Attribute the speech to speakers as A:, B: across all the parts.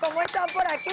A: ¿cómo están por aquí?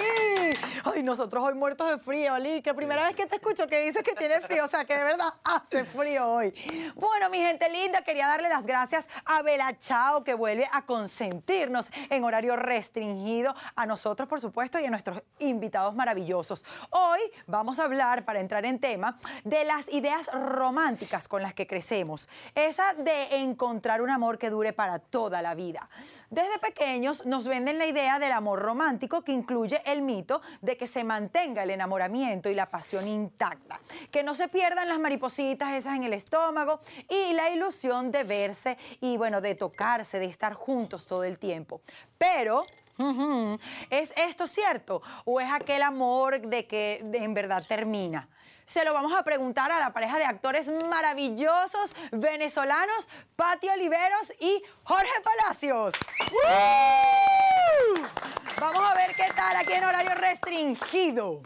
A: Ay, nosotros hoy muertos de frío, Liz, que primera vez que te escucho que dices que tienes frío, o sea, que de verdad hace frío hoy. Bueno, mi gente linda, quería darle las gracias a Bela Chao, que vuelve a consentirnos en horario restringido a nosotros, por supuesto, y a nuestros invitados maravillosos. Hoy vamos a hablar, para entrar en tema, de las ideas románticas con las que crecemos. Esa de encontrar un amor que dure para toda la vida. Desde pequeños nos venden la idea del amor romántico que incluye el mito de que se mantenga el enamoramiento y la pasión intacta, que no se pierdan las maripositas esas en el estómago y la ilusión de verse y bueno, de tocarse, de estar juntos todo el tiempo. Pero Ujú. ¿Es esto cierto o es aquel amor de que de- en verdad termina? Se lo vamos a preguntar a la pareja de actores maravillosos venezolanos, Patti Oliveros y Jorge Palacios. ¡Woo! Vamos a ver qué tal aquí en horario restringido.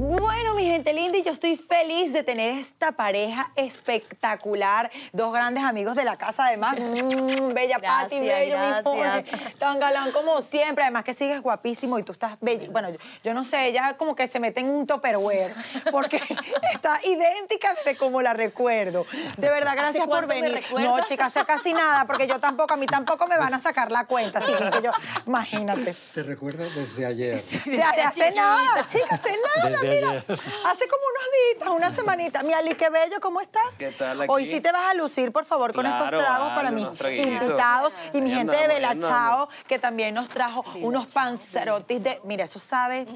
A: Bueno, mi gente linda, y yo estoy feliz de tener esta pareja espectacular. Dos grandes amigos de la casa, además. Mm, bella
B: Gracias,
A: Patti, bello, mi Jorge.
B: gracias.
A: Tan galán como siempre. Además que sigues guapísimo y tú estás bello. Bueno, yo, yo no sé, ella como que se mete en un topperware. Porque está idéntica de como la recuerdo. De verdad, gracias por
B: cuánto me
A: venir.
B: recuerdas?
A: No, chicas, hace casi nada, porque yo tampoco, a mí tampoco me van a sacar la cuenta. Así que yo, imagínate.
C: Te recuerdo desde ayer.
A: De hace nada, chicas, hace nada,
C: Desde
A: mira.
C: ayer.
A: Hace como unos días, una semanita. Mi Ali, qué bello, ¿cómo estás?
D: ¿Qué tal aquí?
A: Hoy sí te vas a lucir, por favor, con
D: Claro,
A: estos tragos
D: vale,
A: para
D: unos
A: mis
D: traguitos.
A: invitados y mi
D: Ahí
A: gente de
D: andamos, ahí
A: Belachao,
D: andamos.
A: que también nos trajo unos panzerotis de. Mira, eso sabe.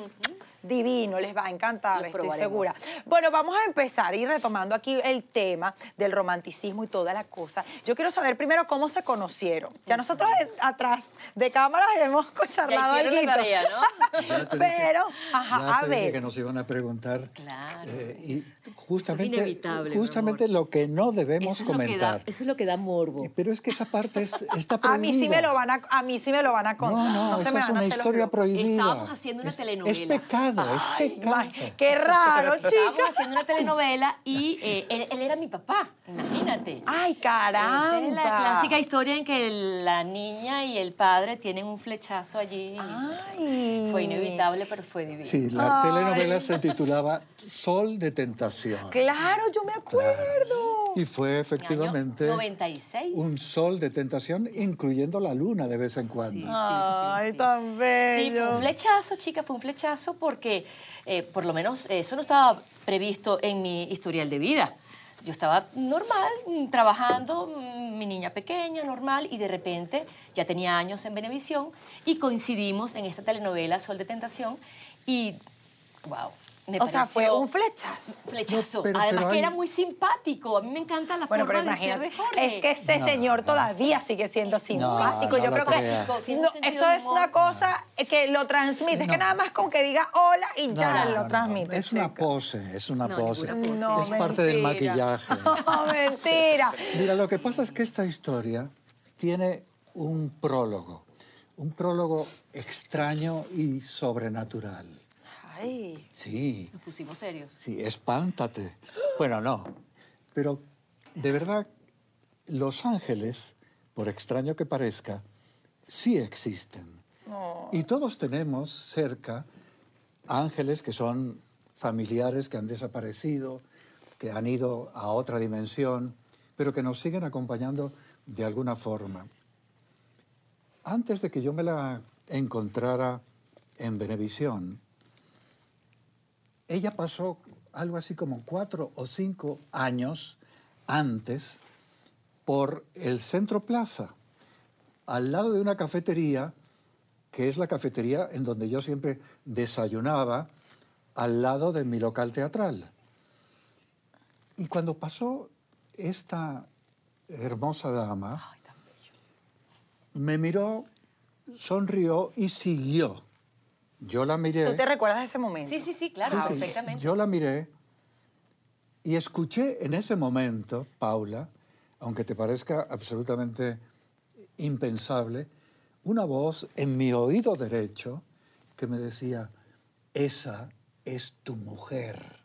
A: Divino, les va a encantar,
B: Los
A: estoy
B: probaremos.
A: segura. Bueno, vamos a empezar y retomando aquí el tema del romanticismo y toda la cosa. Yo quiero saber primero cómo se conocieron. Ya nosotros eh, atrás de cámaras hemos charlado
B: hicieron
A: alguito.
B: la tarea, ¿no?
C: Ya te dije-
A: Pero,
C: ya
A: ajá, a
C: te dije
A: ver.
C: que nos iban a preguntar.
B: Claro,
C: eh,
B: eso-
C: y justamente,
B: inevitable, mi
C: justamente
B: amor.
C: lo que no debemos
B: eso, es lo que da,
C: comentar.
B: eso es lo que da morbo.
C: Pero es que esa parte es- está prohibida.
A: A mí sí me lo van a, a mí sí me lo van a
C: No,
A: contar.
C: no,
A: se
C: esa
A: me
C: es
A: van a
C: una
A: hacer los
C: historia
A: locos.
C: prohibida.
B: Estábamos haciendo una
C: Es- Es
B: telenovela.
C: pecado,
A: Ay,
C: es pecado.
A: ma- qué raro,
B: Estábamos
A: chicas.
B: haciendo una telenovela y eh, él, él era mi papá, imagínate.
A: Ay,
B: Esta
A: caramba.
B: es la clásica historia en que la niña y el padre tienen un flechazo allí.
A: Ah. Ay.
B: Fue inevitable, pero fue divino.
C: Sí, la
A: Ay.
C: telenovela se titulaba Sol de Tentación.
A: Claro, yo me acuerdo.
C: Y fue efectivamente
B: Año 96.
C: un sol de tentación, incluyendo la luna de vez en cuando.
B: Sí, sí,
A: Ay,
B: sí.
A: tan
B: Sí, fue
A: bello.
B: un flechazo, chica, fue un flechazo porque eh, por lo menos eso no estaba previsto en mi historial de vida. Yo estaba normal, mm, trabajando, mm, mi niña pequeña, normal, y de repente ya tenía años en Venevisión y coincidimos en esta telenovela Sol de Tentación y, wow, me
A: o sea, fue
B: pareció
A: un flechazo.
B: flechazo.
C: No, pero-
B: Además
C: pero
B: que
C: hay-
B: era muy simpático, a mí me encanta la
A: Bueno, pero
B: forma de ser
A: imagínate,
B: de Jorge.
A: es que este señor todavía sigue siendo simpático.
C: no
A: Yo
C: lo
A: creo
C: creas.
A: que
B: Tiene un
A: no,
B: sentido
A: eso
B: de
A: es
B: humor.
A: una cosa que lo transmite. Es que
C: No.
A: nada más con que diga hola y ya
C: No,
A: lo
C: no,
A: transmite.
C: Es una
A: chica.
C: pose, es una
B: No,
C: pose.
B: ninguna pose.
A: No,
C: es parte del
A: mentira.
C: maquillaje.
A: No, mentira.
C: Mira, lo que pasa es que esta historia tiene un prólogo, un prólogo extraño y sobrenatural.
A: Ay.
C: Sí,
B: Nos pusimos serios.
C: sí, espántate. Bueno, no, pero de verdad, Los Ángeles, por extraño que parezca, sí existen. Y todos tenemos cerca ángeles que son familiares que han desaparecido, que han ido a otra dimensión, pero que nos siguen acompañando de alguna forma. Antes de que yo me la encontrara en Benevisión, ella pasó algo así como cuatro o cinco años antes por el Centro Plaza, al lado de una cafetería, que es la cafetería en donde yo siempre desayunaba, al lado de mi local teatral. Y cuando pasó esta hermosa dama, me miró, sonrió y siguió. Yo la miré.
A: ¿Tú te recuerdas ese momento?
B: Sí, sí, sí, claro,
C: Sí, sí.
B: perfectamente.
C: Yo la miré y escuché en ese momento, Paula, aunque te parezca absolutamente impensable, una voz en mi oído derecho que me decía, esa es tu mujer.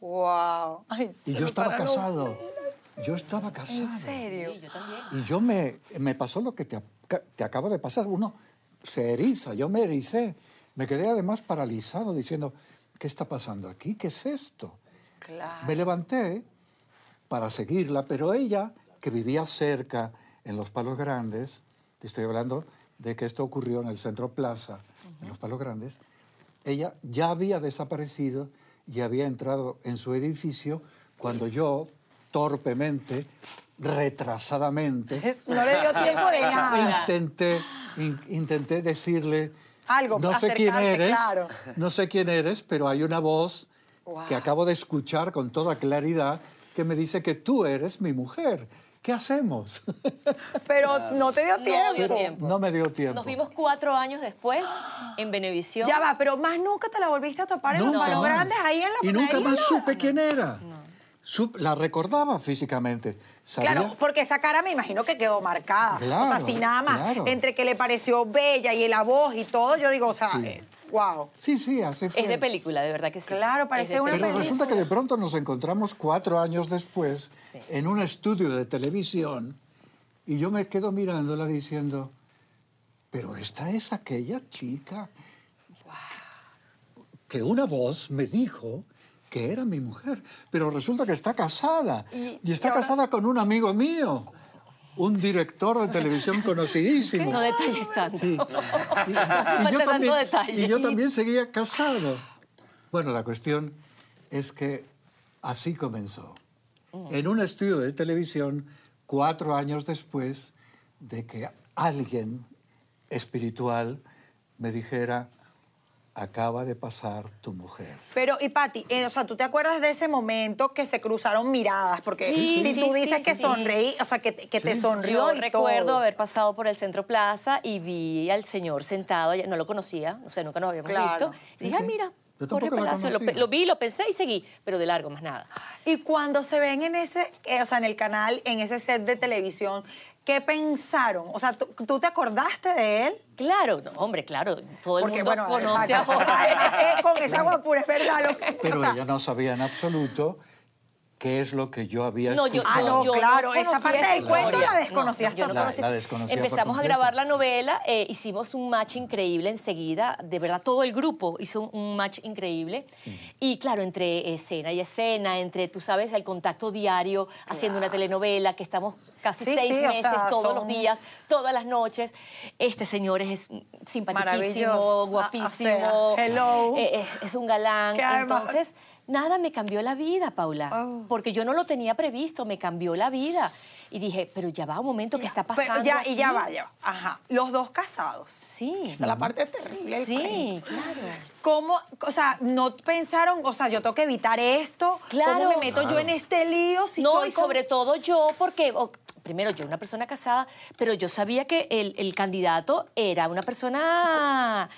A: Wow. Ay,
C: Y
A: se
C: yo
A: me
C: estaba
A: paran los-
C: casado. Yo estaba casado.
A: ¿En serio?
B: Sí, yo también.
C: Y yo me, me pasó lo que te, ac- te acaba de pasar. Uno se eriza, yo me ericé. Me quedé además paralizado diciendo, ¿qué está pasando aquí? ¿Qué es esto?
A: Claro.
C: Me levanté para seguirla, pero ella, que vivía cerca en Los Palos Grandes, te estoy hablando de que esto ocurrió en el Centro Plaza, en Los Palos Grandes, ella ya había desaparecido y había entrado en su edificio cuando yo, torpemente, retrasadamente,
A: Es- No le dio tiempo de nada.
C: intenté, in- intenté decirle...
A: Algo,
C: no sé quién
A: acercarse,
C: eres,
A: claro.
C: no sé quién eres, pero hay una voz
A: Guau.
C: que acabo de escuchar con toda claridad que me dice que tú eres mi mujer. ¿Qué hacemos?
A: Pero no te dio
B: No
A: tiempo.
B: dio tiempo.
C: No me dio tiempo.
B: Nos vimos cuatro años después en Benevisión.
A: Ya va, pero más nunca te la volviste a topar en los
C: Nunca
A: palos
C: más.
A: grandes ahí en la
C: Y nunca
A: ahí en
C: más
A: la-
C: supe quién era. Sup- la recordaba físicamente. Sabía-
A: Claro, pues, porque esa cara me imagino que quedó marcada. o sea,
C: Claro,
A: si nada más,
C: claro.
A: entre que le pareció bella y la voz y todo, yo digo, o sea, eh,
C: Sí.
A: wow.
C: Sí, sí, así fue.
B: Es de película, de verdad que sí.
A: Claro,
B: Es
A: parece
B: de
A: una
B: película.
C: Pero resulta que de pronto nos encontramos cuatro años después
B: Sí.
C: en un estudio de televisión y yo me quedo mirándola diciendo, pero esta es aquella chica que una voz me dijo que era mi mujer, pero resulta que está casada
A: Y-
C: y, está
A: y ahora-
C: casada con un amigo mío, un director de televisión conocidísimo.
B: No detalles tanto.
C: Sí. Y,
B: hace falta tanto detalle.
C: y yo también seguía casado. Bueno, la cuestión es que así comenzó.
B: Mm.
C: En un estudio de televisión, cuatro años después de que alguien espiritual me dijera, acaba de pasar tu mujer.
A: Pero, y Pati, eh, o sea, ¿tú te acuerdas de ese momento que se cruzaron miradas? Porque
B: Sí,
A: si
B: sí,
A: tú
B: sí,
A: dices
B: sí,
A: que
B: sí.
A: sonreí, o sea, que, te- que te sonrió
B: Yo
A: y
B: recuerdo
A: todo.
B: haber pasado por el Centro Plaza y vi al señor sentado, ya no lo conocía, o sea, nunca nos habíamos
A: Claro.
B: visto.
C: Sí,
B: Y dije, ah,
C: sí.
B: mira,
C: Yo
B: Jorge
C: tampoco la
B: Palacio, lo, pe-
C: conocía.
B: lo vi, lo pensé y seguí, pero de largo, más nada.
A: Y cuando se ven en ese, eh, o sea, en el canal, en ese set de televisión, ¿qué pensaron? O sea, ¿tú, tú te acordaste de él?
B: Claro, no, hombre, claro, todo el mundo conoce
A: exacto.
B: a Jorge.
A: Eh, eh, con esa agua pura, es verdad. lo- o
C: Pero
A: sea,
C: ella no sabía en absoluto qué es lo que yo había
B: No, yo,
C: escuchado.
A: Ah, no,
B: yo
A: claro, esa
B: conocía
A: parte
B: esta
A: del cuento
B: historia.
A: la desconocías
B: No, yo no
C: total.
B: conocía.
C: La- la desconocía por
B: Empezamos a
C: completo.
B: grabar la novela, eh, hicimos un match increíble enseguida, de verdad todo el grupo hizo un, un match increíble. Y claro, entre escena y escena, entre, tú sabes, el contacto diario, haciendo una telenovela, que estamos casi
A: Sí,
B: seis
A: sí, o
B: meses,
A: sea,
B: todos los
A: son-
B: días, todas las noches. Este señor es
A: Maravilloso.
B: simpaticísimo,
A: Ah,
B: guapísimo.
A: o sea, hello.
B: eh, eh, es un galán.
A: Que además-
B: Entonces, Nada me cambió la vida, Paula,
A: Oh.
B: porque yo no lo tenía previsto, me cambió la vida. Y dije, pero ya va un momento que está
A: pero
B: pasando.
A: ya, y ya
B: aquí?
A: va, ya va. Ajá. Los dos casados.
B: Sí.
A: Esa es la parte terrible. del cuento.
B: Sí, claro.
A: ¿Cómo, o sea, no pensaron, o sea, yo tengo que evitar esto? ¿Cómo
B: Claro.
A: me meto yo en este lío si
B: no,
A: estoy
B: y
A: con-
B: sobre todo yo, porque o, primero yo era una persona casada, pero yo sabía que el, el candidato era una persona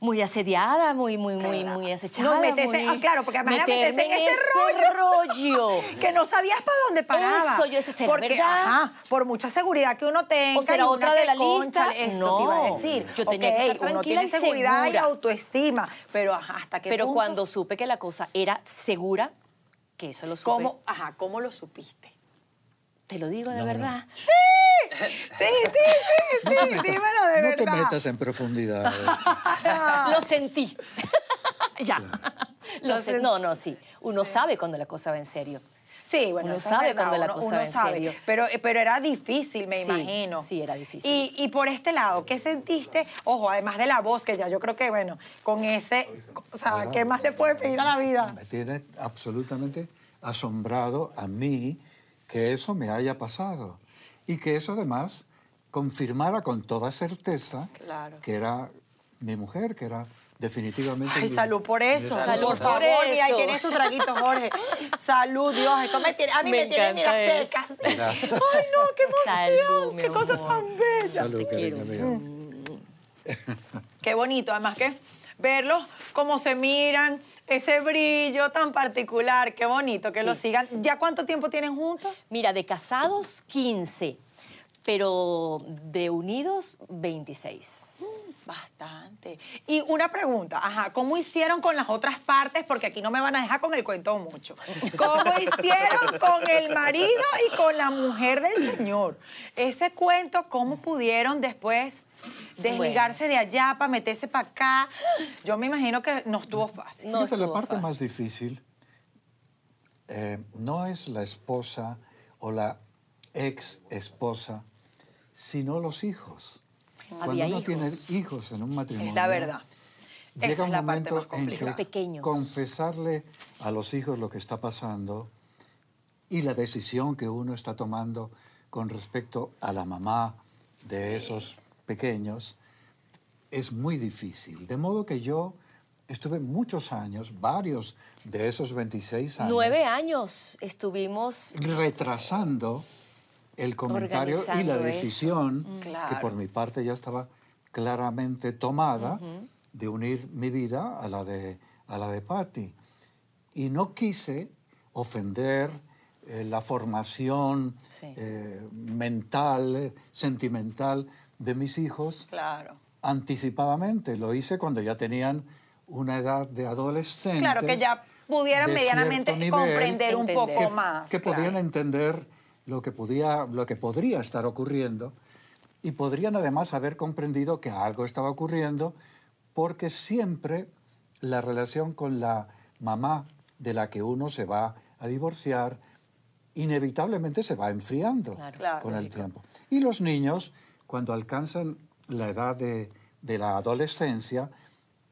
B: muy asediada, muy, muy, muy,
A: Claro.
B: muy acechada.
A: No, meterse-
B: muy-
A: ah, claro, porque además era meterse en ese
B: rollo.
A: que no sabías para dónde paraba.
B: Eso, yo, ese será
A: Porque,
B: verdad.
A: ajá, por mucha seguridad que uno tenga.
B: ¿O será
A: y una
B: otra
A: que,
B: de la
A: cónchale,
B: lista?
A: Eso te iba a
B: No.
A: decir.
B: Yo tenía que
A: Ok,
B: estar
A: uno
B: tranquila
A: tiene
B: y
A: seguridad y
B: segura.
A: autoestima, pero ajá, hasta qué
B: Pero
A: punto?
B: cuando supe que la cosa era segura, que eso lo supe.
A: ¿Cómo, ajá, ¿cómo lo supiste?
B: Te lo digo de
C: No, no.
B: verdad.
A: Sí, sí, sí, sí, dímelo de
C: No
A: verdad.
C: te metas en profundidad.
B: Lo sentí. ya. Lo sen- No, no, sí. Uno sabe cuando la cosa va en serio.
A: Sí, bueno,
B: Uno
A: eso
B: sabe
A: es verdad,
B: cuando la
A: uno-
B: cosa
A: uno
B: va en
A: sabe.
B: serio.
A: Pero, eh, pero era difícil, me
B: Sí,
A: imagino.
B: sí, era difícil.
A: Y, y por este lado, ¿qué sentiste? Ojo, además de la voz, que ya yo creo que, bueno, con ese, o sea, ¿qué más le puedes pedir a la vida?
C: Me tiene absolutamente asombrado a mí que eso me haya pasado y que eso además confirmara con toda certeza
A: Claro.
C: que era mi mujer, que era definitivamente...
A: Ay,
C: mi-
A: salud por eso.
C: mi-
B: Salud
A: por
B: por
A: favor, mira, ahí
B: eso.
A: tienes tu traguito, Jorge. Salud, Dios, esto me tiene, a mí me,
B: Me
A: tiene, mira,
B: encanta eso.
A: secas. Ay, no, qué emoción,
B: Salud, mi
A: qué cosa
B: amor.
A: tan bella.
C: Salud,
B: Te
C: cariño
B: quiero.
C: mío.
A: Mm, Qué bonito, además que verlos cómo se miran, ese brillo tan particular, qué bonito que lo sigan. ¿Ya cuánto tiempo tienen juntos?
B: Mira, de casados, 15. pero de unidos 26.
A: Bastante. Y una pregunta, ajá, ¿cómo hicieron con las otras partes? Porque aquí no me van a dejar con el cuento mucho. ¿Cómo hicieron con el marido y con la mujer del señor? Ese cuento, ¿cómo pudieron después desligarse de allá para meterse para acá? Yo me imagino que no estuvo fácil.
B: No
C: Fíjate, la
B: estuvo
C: parte
B: fácil.
C: más difícil eh, no es la esposa o la ex esposa, sino los hijos. Cuando
B: Había
C: uno
B: hijos.
C: tiene hijos en un matrimonio.
A: Es la verdad.
C: Llega
A: Esa
C: un
A: es la parte
C: momento
A: más
C: en
A: complicada.
C: que
B: Pequeños.
C: confesarle a los hijos lo que está pasando y la decisión que uno está tomando con respecto a la mamá de esos pequeños es muy difícil. De modo que yo estuve muchos años, varios de esos 26 años,
B: Nueve años estuvimos
C: retrasando el comentario y la
B: Organizando eso.
C: decisión que
A: Mm. Claro.
C: por mi parte ya estaba claramente tomada de unir mi vida a la de, a la de Patty. Y no quise ofender eh, la formación
B: Sí.
C: eh, mental, eh, sentimental de mis hijos
A: Claro.
C: anticipadamente. Lo hice cuando ya tenían una edad de adolescentes.
A: Claro, que ya pudieran
C: de
A: medianamente
C: cierto nivel,
A: comprender un
B: Entender.
A: poco
C: que,
A: más.
C: que
A: claro.
C: podían entender lo que, podía, lo que podría estar ocurriendo y podrían además haber comprendido que algo estaba ocurriendo porque siempre la relación con la mamá de la que uno se va a divorciar inevitablemente se va enfriando
B: Claro.
A: Claro,
C: con el
A: lógico.
C: tiempo. Y los niños, cuando alcanzan la edad de, de la adolescencia,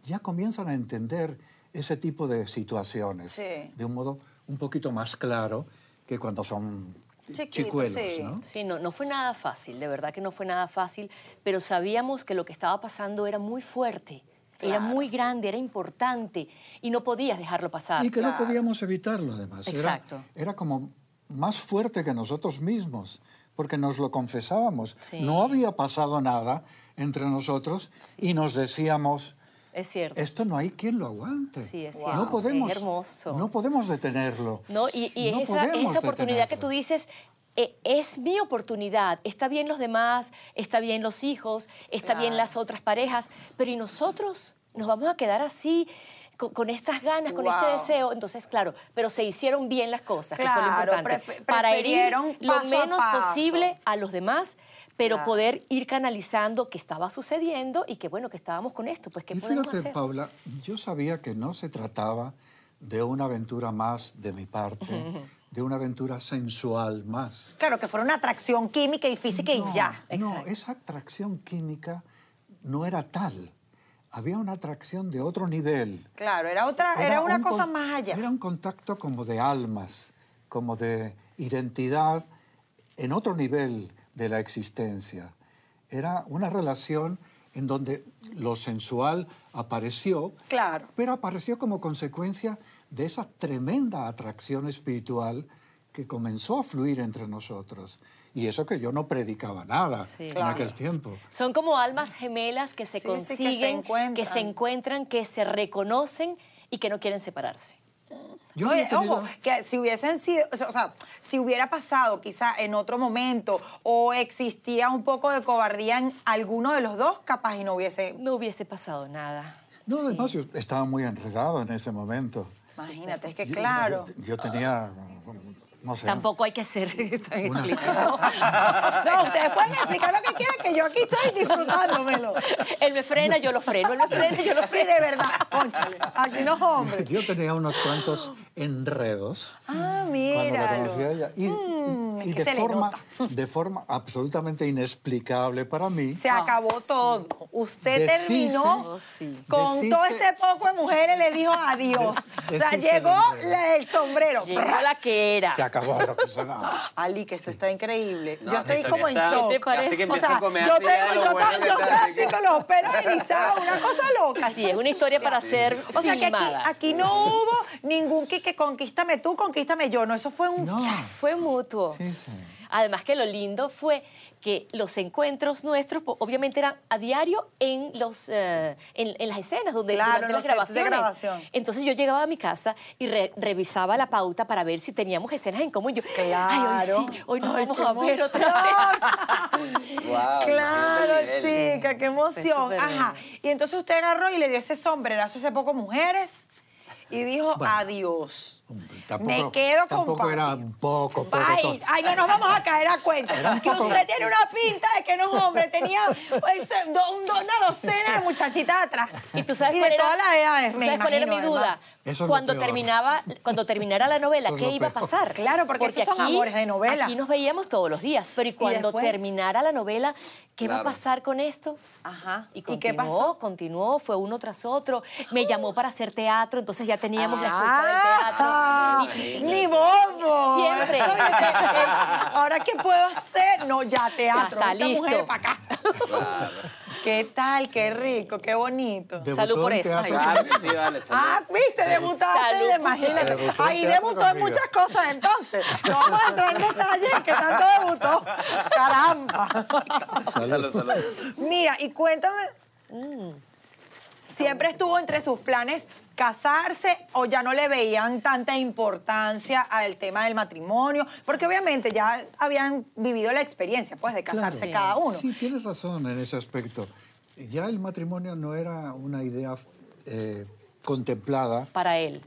C: ya comienzan a entender ese tipo de situaciones
A: Sí.
C: de un modo un poquito más claro que cuando son
A: Chiquitos,
C: chicuelos,
A: sí.
C: ¿no?
B: Sí, no, no fue nada fácil, de verdad que no fue nada fácil, pero sabíamos que lo que estaba pasando era muy fuerte, era
A: Claro.
B: muy grande, era importante y no podías dejarlo pasar.
C: Y que no
A: Ah, claro.
C: podíamos evitarlo, además. Era-
B: Exacto.
C: Era, como más fuerte que nosotros mismos, porque nos lo confesábamos.
B: Sí.
C: No había pasado nada entre nosotros y nos decíamos,
B: Es cierto.
C: esto no hay quien lo aguante.
B: Sí, es
C: No
B: cierto,
C: podemos,
B: es hermoso.
C: No podemos detenerlo.
B: ¿no? Y, y
C: No
B: es esa, es
C: podemos
B: esa oportunidad que tú
C: detenerlo.
B: dices, "E- es mi oportunidad, está bien los demás, está bien los hijos, está bien las otras parejas, pero ¿y nosotros nos vamos a quedar así? Con, con estas ganas, con este
A: Wow.
B: deseo. Entonces, claro, pero se hicieron bien las cosas, que fue
A: Claro,
B: lo importante.
A: prefe-
B: para herir
A: prefirieron
B: lo
A: paso a
B: menos
A: paso.
B: posible a los demás, pero
A: Claro.
B: poder ir canalizando qué estaba sucediendo y que, bueno, que estábamos con esto, pues, ¿qué
C: y
B: podemos
C: fíjate,
B: hacer?
C: Paula, yo sabía que no se trataba de una aventura más de mi parte, de una aventura sensual más.
A: Claro, que fuera una atracción química y física y ya.
C: No,
B: exacto.
C: esa atracción química no era tal. Había una atracción de otro nivel.
A: Claro, era otra, era, una
C: un
A: cosa
C: con-
A: más allá.
C: Era un contacto como de almas, como de identidad en otro nivel de la existencia. Era una relación en donde lo sensual apareció,
A: Claro.
C: pero apareció como consecuencia de esa tremenda atracción espiritual que comenzó a fluir entre nosotros. Y eso que yo no predicaba nada
B: Sí.
C: en
A: Claro.
C: aquel tiempo.
B: Son como almas gemelas que se
A: Sí, sí, que se
B: consiguen,
A: encuentran.
B: que se encuentran, que se reconocen y que no quieren separarse.
C: Yo
A: Oye,
C: había tenido-
A: eh, Ojo, que si hubiesen sido, o sea, si hubiera pasado quizá en otro momento o existía un poco de cobardía en alguno de los dos, capaz y no hubiese.
B: No hubiese pasado nada.
C: No,
B: Sí.
C: además yo estaba muy enredado en ese momento.
A: Imagínate, es que
C: Yo-
A: claro.
C: Yo, yo tenía, no sé.
B: Tampoco hay que ser tan
C: Una-
B: explícito.
A: No, ustedes pueden explicar lo que quieran, que yo aquí estoy disfrutándomelo.
B: Él me frena, yo lo freno. Él me frena, yo lo
A: Sí,
B: freno.
A: de verdad, cónchale, aquí no hombres.
C: Yo tenía unos cuantos enredos
A: Ah,
C: cuando la
A: mira.
C: conocí a ella. Y, y-
A: es
C: y
A: Mm, que
C: de,
A: se le
C: forma,
A: nota.
C: de forma absolutamente inexplicable para mí,
A: Se
D: Ah,
A: acabó todo. Usted
C: Deshice.
A: terminó
B: Oh, sí.
A: con
C: Deshice.
A: todo ese poco de mujeres, le dijo adiós.
C: Des-
A: o sea,
C: deshice
A: llegó
C: el
A: la-
C: sombrero.
A: el sombrero.
B: Llegó la que era.
C: se acabó lo que se daba.
A: Ali, que esto está increíble.
D: No,
A: yo estoy
D: eso
A: como en
D: que está- Este
A: shock.
B: ¿Qué te parece?
D: Así que
A: O
D: empiezo
A: sea,
D: a comer
A: yo,
D: así, ya
A: tengo,
D: lo
A: yo,
D: bueno
A: ta-
D: que
A: yo
D: está,
A: estoy
D: así que-
A: así con los pelos erizados, una cosa loca.
B: Así es, una historia para ser
A: O sea que aquí,
B: filmada.
A: aquí no hubo ningún que, que conquístame tú, conquístame yo. No, eso fue un
C: No.
A: chas.
B: Fue mutuo.
C: Sí, sí.
B: Además que lo lindo fue que los encuentros nuestros, po- obviamente, eran a diario en, los, eh, en, en las escenas donde
A: Claro,
B: durante
A: en
B: las
A: los sets de
B: grabaciones.
A: grabación.
B: Entonces yo llegaba a mi casa y re- revisaba la pauta para ver si teníamos escenas en común. Yo, ay,
A: Claro.
B: hoy sí, hoy nos
A: Ay,
B: vamos
A: qué
B: a ver otra vez.
D: Guau,
A: Claro,
D: qué nivel.
A: chica, qué emoción.
B: súper
A: Ajá. Y entonces usted agarró y le dio ese sombrerazo hace poco mujeres y dijo
C: Bueno.
A: adiós.
C: Hombre, Tampoco,
A: Me quedo con
C: Tampoco
A: papi.
C: era un poco, poco. todo.
A: Ay, ay, no nos vamos a caer a cuenta. Que usted tiene una pinta de que no es hombre. Tenía pues, do- un do- una docena de muchachitas atrás.
B: Y tú sabes
A: Y de
B: cuál era,
A: todas las edades,
B: ¿tú
A: me
B: sabes cuál era mi
A: imagino,
B: duda.
A: además.
C: Eso es lo
B: cuando
C: peor.
B: terminaba, cuando terminara la novela,
C: Eso es
B: ¿qué
C: lo
B: iba a
C: peor.
B: pasar?
A: Claro, porque esos son amores de novela.
B: Aquí nos veíamos todos los días, pero y cuando
A: después?
B: terminara la novela, ¿qué va a
D: Claro.
B: pasar con esto?
A: Ajá.
B: Y
A: ¿Y
B: continuó,
A: qué pasó?
B: continuó, fue uno tras otro. Me llamó para hacer teatro, entonces ya teníamos la
A: Ah,
B: excusa del teatro. Y-
A: Ni bobo.
B: Siempre.
A: Esto, eh, Ahora, ¿qué puedo hacer? No, ya teatro.
B: Ya está
A: Esta
B: listo.
A: mujer para acá. ¿Qué tal? Qué rico, qué bonito.
C: Debutó
B: Salud por
C: en
B: eso.
C: teatro.
D: Claro que sí, vale. salud.
A: Ah, viste, debutaste,
B: Salud.
A: imagínate.
C: Debutó en
A: Ahí
C: teatro
A: debutó en
C: conmigo.
A: muchas cosas entonces. No vamos a entrar en detalles en que tanto debutó. Caramba.
D: Salud, salud.
A: Mira, y cuéntame, mm, ¿siempre estuvo entre sus planes casarse o ya no le veían tanta importancia al tema del matrimonio? Porque obviamente ya habían vivido la experiencia, pues, de casarse
B: Claro.
A: cada uno.
C: Sí, tienes razón en ese aspecto. Ya el matrimonio no era una idea eh, contemplada,
B: Para él.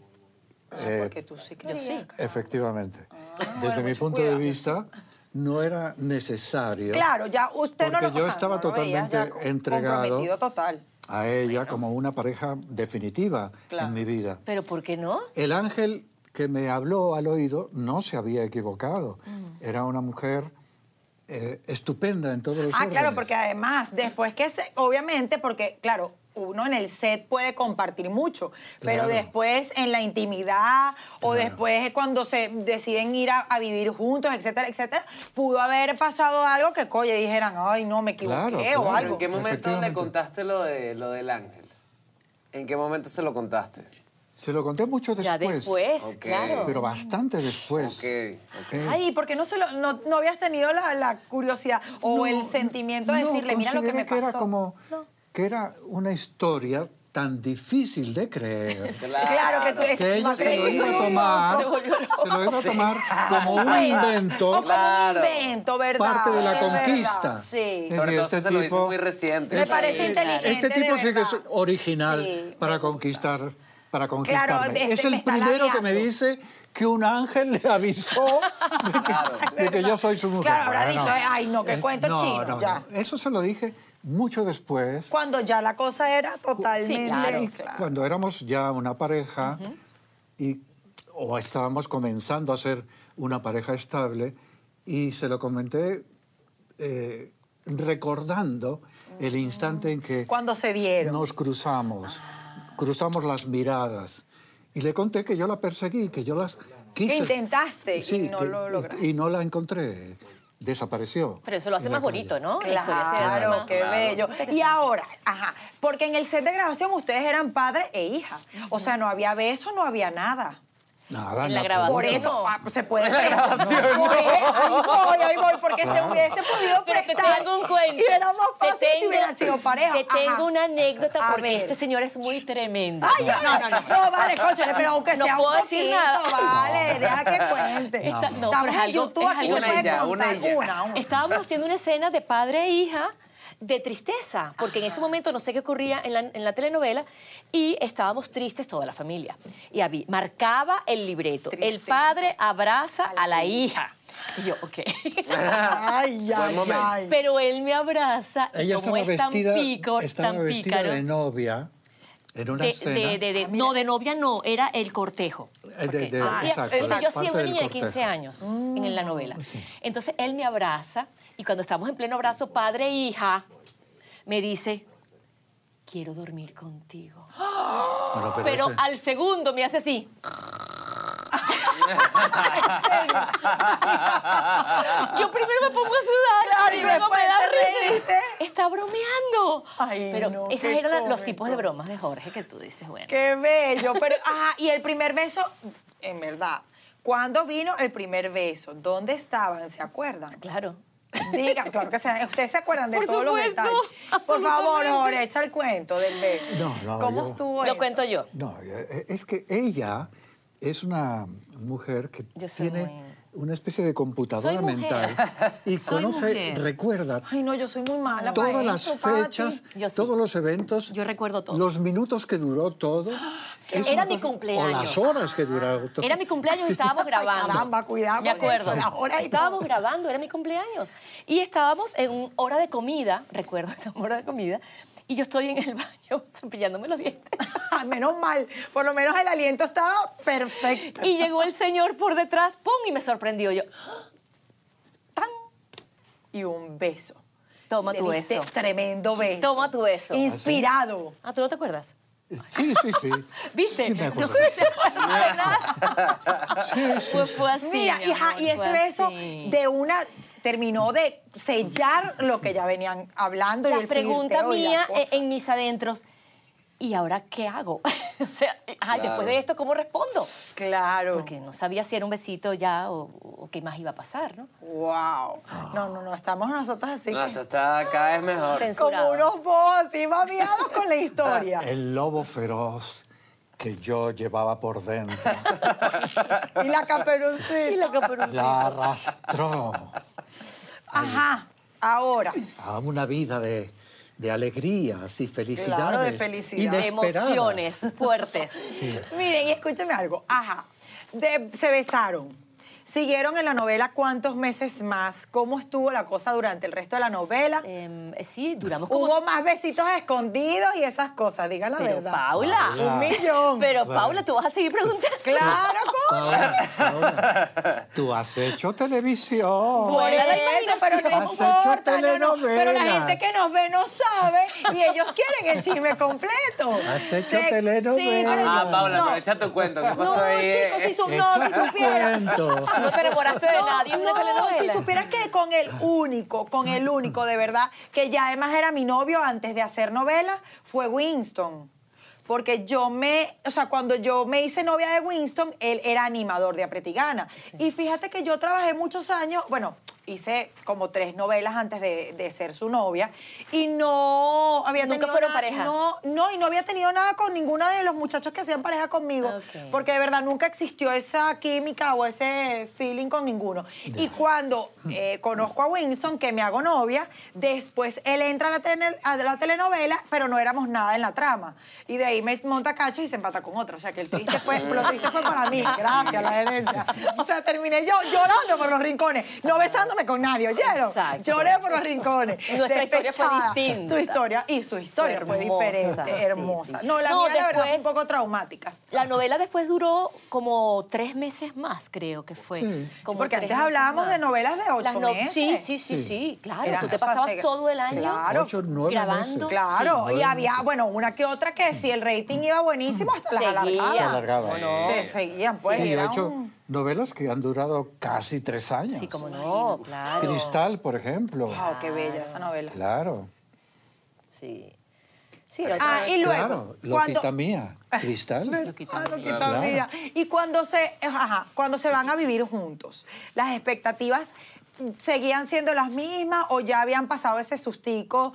A: Ah,
C: eh,
A: porque tú sí querías.
B: sí.
C: efectivamente.
A: Ah, bueno,
C: Desde mi
A: mucho
C: punto
A: cuidado.
C: de vista, no era necesario
A: Claro, ya usted no
C: Porque
A: lo
C: yo
A: o sea,
C: estaba
A: no lo veías ya
C: totalmente
A: co-
C: entregado.
A: Comprometido total.
C: a ella como una pareja definitiva
A: Claro.
C: en mi vida.
B: ¿Pero por qué no?
C: El ángel que me habló al oído no se había equivocado.
A: Mm.
C: Era una mujer eh, estupenda en todos los
A: Ah, claro,
C: órdenes.
A: porque además, después que se, obviamente, porque, claro, uno en el set puede compartir mucho, pero
C: Claro.
A: después en la intimidad o después cuando se deciden ir a, a vivir juntos, etcétera, etcétera, pudo haber pasado algo que, coye, dijeran, ay, no, me equivoqué
C: Claro,
A: o
C: claro.
D: Pero
A: algo.
D: ¿En qué momento le
C: Efectivamente.
D: contaste lo, de, lo del ángel? ¿En qué momento se lo contaste?
C: Se lo conté mucho después.
B: Ya después,
D: Ok.
B: claro.
C: Pero bastante después.
D: Ok, ok.
C: Sí.
A: Ay, ¿por qué no, se lo- no, no habías tenido la, la curiosidad o
C: No,
A: el sentimiento de
C: no,
A: decirle, mira lo que
C: consideré
A: me pasó?
C: Era como,
A: No.
C: Que era una historia tan difícil de creer.
A: Claro que tú
C: que ella se lo
A: Macri-
C: iba a
A: Sí.
C: tomar,
B: Se volvió loco.
C: se lo iba a tomar como un
A: O
C: invento.
A: como
D: Claro.
A: un invento, ¿verdad?
C: Parte de la
A: Es verdad,
C: conquista.
A: Sí.
C: Es
D: Sobre
C: decir,
D: todo
C: este
D: se lo hizo
C: tipo-
D: muy reciente.
A: Me parece
D: Sí.
A: inteligente.
C: Este
A: de
C: tipo sí que es
A: verdad.
C: original
A: Sí, me
C: para
A: gusta.
C: conquistar. Para conquistarme.
A: Claro, este
C: es
A: me
C: el
A: está
C: primero que me
A: labiando.
C: dice que un ángel le avisó de que, de que yo soy su mujer.
A: Claro, habrá dicho, "Ay, no, qué
C: eh,
A: cuento
C: no,
A: chino",
C: no,
A: ya.
C: no. Eso se lo dije mucho después.
A: Cuando ya la cosa era totalmente.
B: Sí, claro.
C: Y Cuando éramos ya una pareja y, o estábamos comenzando a ser una pareja estable y se lo comenté eh, recordando el instante en que
A: Cuando se Ah. vieron.
C: nos cruzamos, cruzamos las miradas y le conté que yo la perseguí, que yo las quise.
A: intentaste y no
C: que-
A: lo lograste.
C: Y, no la encontré, desapareció.
B: Pero eso lo hace
C: en la
B: más bonito,
C: calle.
B: ¿no? La historia se hace
A: Claro,
B: más-
A: qué bello. Y ahora, ajá, porque en el set de grabación ustedes eran padre e hija. O sea, no había beso, no había nada.
C: Nada,
B: En la
C: absoluto.
B: grabación.
A: Por
B: sí.
A: eso
B: No.
A: ah, se puede prestar. Por eso, ahí voy, ahí voy, porque se hubiese podido
B: Pero te
A: prestar.
B: tengo un cuento.
A: Y era más
B: Te
A: fácil si
B: tengo-
A: hubieran sido pareja.
B: Te tengo
A: Ajá.
B: una anécdota
A: A
B: porque
A: ver.
B: este señor es muy tremendo.
A: Ay, yo no, no, no, no, vale, cóchale, pero aunque
B: No
A: sea
B: puedo
A: un
B: decir
A: poquito,
B: nada.
A: vale, deja que cuente.
B: Esta- no, pero
A: Estamos
B: es
A: en
B: algo-
A: YouTube,
B: es
A: aquí
B: algo-
A: se puede
D: Una y ya,
A: contar
D: una y ya.
A: una, una.
B: Estábamos haciendo una escena de padre e hija de tristeza, porque en ese momento no sé qué ocurría en la, en la telenovela y estábamos tristes toda la familia. Y habí- marcaba el libreto. El
A: Tristeza.
B: padre abraza a la hija. Y yo, ok.
A: Ay,
D: Buen
A: ay,
D: momento.
A: ay.
B: Pero él me abraza y
C: Ella
B: como
C: estaba
B: es tan
C: vestida,
B: pícaro,
C: estaba
B: tan
C: vestida
B: pícaro.
C: de novia en una
B: de-
C: escena.
B: de- de-
A: Ah,
B: de- no, de novia no, era el cortejo.
C: Eh, de- de-
B: Porque hacía-
C: exacto,
B: o sea, yo
C: parte
B: hacía una
C: del
B: niña de
C: cortejo.
B: 15 años en la
A: Mm,
B: novela. Entonces él me abraza y cuando estamos en pleno abrazo, padre e hija, me dice, quiero dormir contigo.
C: Bueno, pero
B: Pero
C: ese-
B: al segundo me hace así. Yo primero me pongo a sudar
A: Claro, y
B: y luego
A: después
B: me da
A: te
B: risa.
A: reíste.
B: Está bromeando.
A: Ay,
B: Pero
A: no,
B: esos
A: qué
B: eran la- los
A: cómico.
B: tipos de bromas de Jorge que tú dices, bueno.
A: Qué bello. Pero, ajá, y el primer beso, en verdad, ¿Cuándo vino el primer beso? ¿Dónde estaban? ¿Se acuerdan?
B: Claro.
A: Diga, claro que se, ustedes se acuerdan de
B: Por
A: todos
B: supuesto,
A: los detalles. Por favor,
B: absolutamente.
A: Jorge, echa el cuento del beso.
C: No, no,
A: ¿Cómo
C: yo-
A: estuvo eso?
B: Lo cuento yo.
C: No, eh, es que ella es una mujer que
B: Yo soy
C: tiene
B: muy-
C: una especie de computadora
B: Soy mujer.
C: mental y
B: Soy
C: conoce,
B: mujer.
C: recuerda
A: Ay, no, yo soy muy mala para
C: todas
A: eso,
C: las
A: Pati.
C: fechas,
B: Yo sí.
C: todos los eventos.
B: Yo recuerdo todo.
C: Los minutos que duró todo. Es
B: Era
C: una
B: mi
C: cosa-
B: cumpleaños.
C: O las horas que duró todo.
B: Era mi cumpleaños, estábamos grabando.
A: caramba, cuidado
B: Me
A: con eso,
B: acuerdo.
A: la hora y
B: estábamos
A: todo.
B: grabando, era mi cumpleaños. Y estábamos en una hora de comida, recuerdo esa hora de comida, y yo estoy en el baño cepillándome los dientes.
A: Ay, menos mal, por lo menos el aliento estaba perfecto.
B: Y llegó el señor por detrás, ¡pum! Y me sorprendió yo. ¡Tan!
A: Y un beso.
B: Toma
A: Le
B: tu
A: diste
B: beso.
A: Tremendo beso.
B: Toma tu beso.
A: Inspirado.
B: Ah, ¿tú no te acuerdas?
C: Sí, sí, sí.
B: ¿Viste?
C: Sí, me acuerdo.
B: No te acuerdas de nada.
C: Sí, sí,
B: Pues fue así.
A: Mira,
B: mi
A: hija,
B: amor,
A: y ese
B: fue
A: beso
B: así.
A: de una terminó de sellar lo que ya venían hablando. y
B: La
A: el
B: pregunta
A: flirteo y la
B: mía eh,
A: cosa.
B: en mis adentros, ¿y ahora qué hago? o sea, ay, después de esto, ¿cómo respondo?
A: Claro.
B: Porque no sabía si era un besito ya o, o qué más iba a pasar, ¿no?
A: Wow.
B: Ah.
A: No, no, no, estamos nosotros así
D: No,
A: que-
D: esto está cada vez mejor.
B: Sensual.
A: como
B: Ah, Censurado.
A: unos boss, y babeados con la historia.
C: El lobo feroz que yo llevaba por dentro
A: y la caperucita.
B: Y la caperucita.
C: la arrastró
A: Ajá, ahora.
C: a una vida de, de alegrías y felicidades.
A: felicidad.
C: inesperadas.
B: Emociones fuertes.
A: Miren, y escúchame algo. Ajá, de- se besaron. Siguieron en la novela cuántos meses más. ¿Cómo estuvo la cosa durante el resto de la novela?
B: Em, eh, sí, duramos como...
A: Hubo más besitos escondidos y esas cosas, diga la
B: pero
A: verdad.
B: Paula.
C: Paula.
A: Un millón.
B: Pero Paula, tú vas a seguir preguntando.
A: Claro, ¿cómo?
C: Paola, Paola, tú has hecho televisión.
B: Bueno, Vuela la
A: eso, pero no
C: imaginación. Has hecho
A: importa, no, no. Pero la
C: telenovelas.
A: gente que nos ve no sabe y ellos quieren el chisme completo.
C: Has hecho
A: Sí,
C: telenovelas.
A: sí, pero-
D: Ah, Paula,
A: no.
D: aprovecha tu cuento. ¿Qué pasó
A: No,
D: ahí? eh.
A: chicos, si, su, no,
C: Echa
A: si
C: tu
A: supieras.
C: cuento.
B: No te enamoraste de nadie en una telenovela.
A: si supieras que con el único, con el único de verdad, que ya además era mi novio antes de hacer novela, fue Winston. Porque yo me, o sea, cuando yo me hice novia de Winston, él era animador de Apretigana. Y fíjate que yo trabajé muchos años, bueno, hice como tres novelas antes de, de ser su novia. Y no había
B: Nunca
A: tenido
B: fueron
A: nada-
B: pareja.
A: No, no, y no había tenido nada con ninguno de los muchachos que hacían pareja conmigo.
B: Ok.
A: Porque de verdad nunca existió esa química o ese feeling con ninguno. Y cuando eh, conozco a Winston, que me hago novia, después él entra a la, tene- a la telenovela, pero no éramos nada en la trama. Y de ahí me monta cacho y se empata con otro. O sea que el triste fue, lo triste fue para mí. Gracias, la herencia. O sea, terminé yo llorando por los rincones, no besándome con nadie, ¿oyeron?
B: Exacto.
A: Lloré por los rincones.
B: Nuestra historia fue
A: Despechada.
B: distinta.
A: Tu historia y su historia fue,
B: Fue hermosa, sí,
A: diferente, hermosa.
B: sí.
A: No, la
B: No,
A: mía, la verdad, fue un
B: después-
A: poco traumática.
B: La novela después duró como tres meses más, creo que fue.
C: Sí.
B: Como
A: Sí, porque
B: tres
A: antes
B: meses
A: hablábamos de novelas de ocho meses.
B: Sí, sí, sí, sí, claro.
A: Era
B: tú te
A: una
B: pasabas
A: sega.
B: todo el año
A: Claro.
C: Ocho, nueve
B: grabando.
C: meses.
A: Claro,
C: Sí,
A: y
C: nueve
A: había,
C: meses.
A: bueno, una que otra que si el rating iba buenísimo, hasta las
B: Seguía.
A: alargaban.
B: Se
C: alargaba.
A: Se seguían, pues.
C: Sí, yo
A: era
C: he hecho
A: un-
C: novelas que han durado casi tres años.
B: Sí, como no, claro.
C: Cristal, por ejemplo.
A: Wow, qué bella esa novela.
C: Claro.
B: Sí. Sí, era otra
A: Ah,
B: vez.
A: y luego.
C: Claro,
A: cuando-
C: Loquita mía. Cristal.
A: Ah, loquita mía. Y cuando se, ajá, cuando se van a vivir juntos, las expectativas seguían siendo las mismas o ya habían pasado ese sustico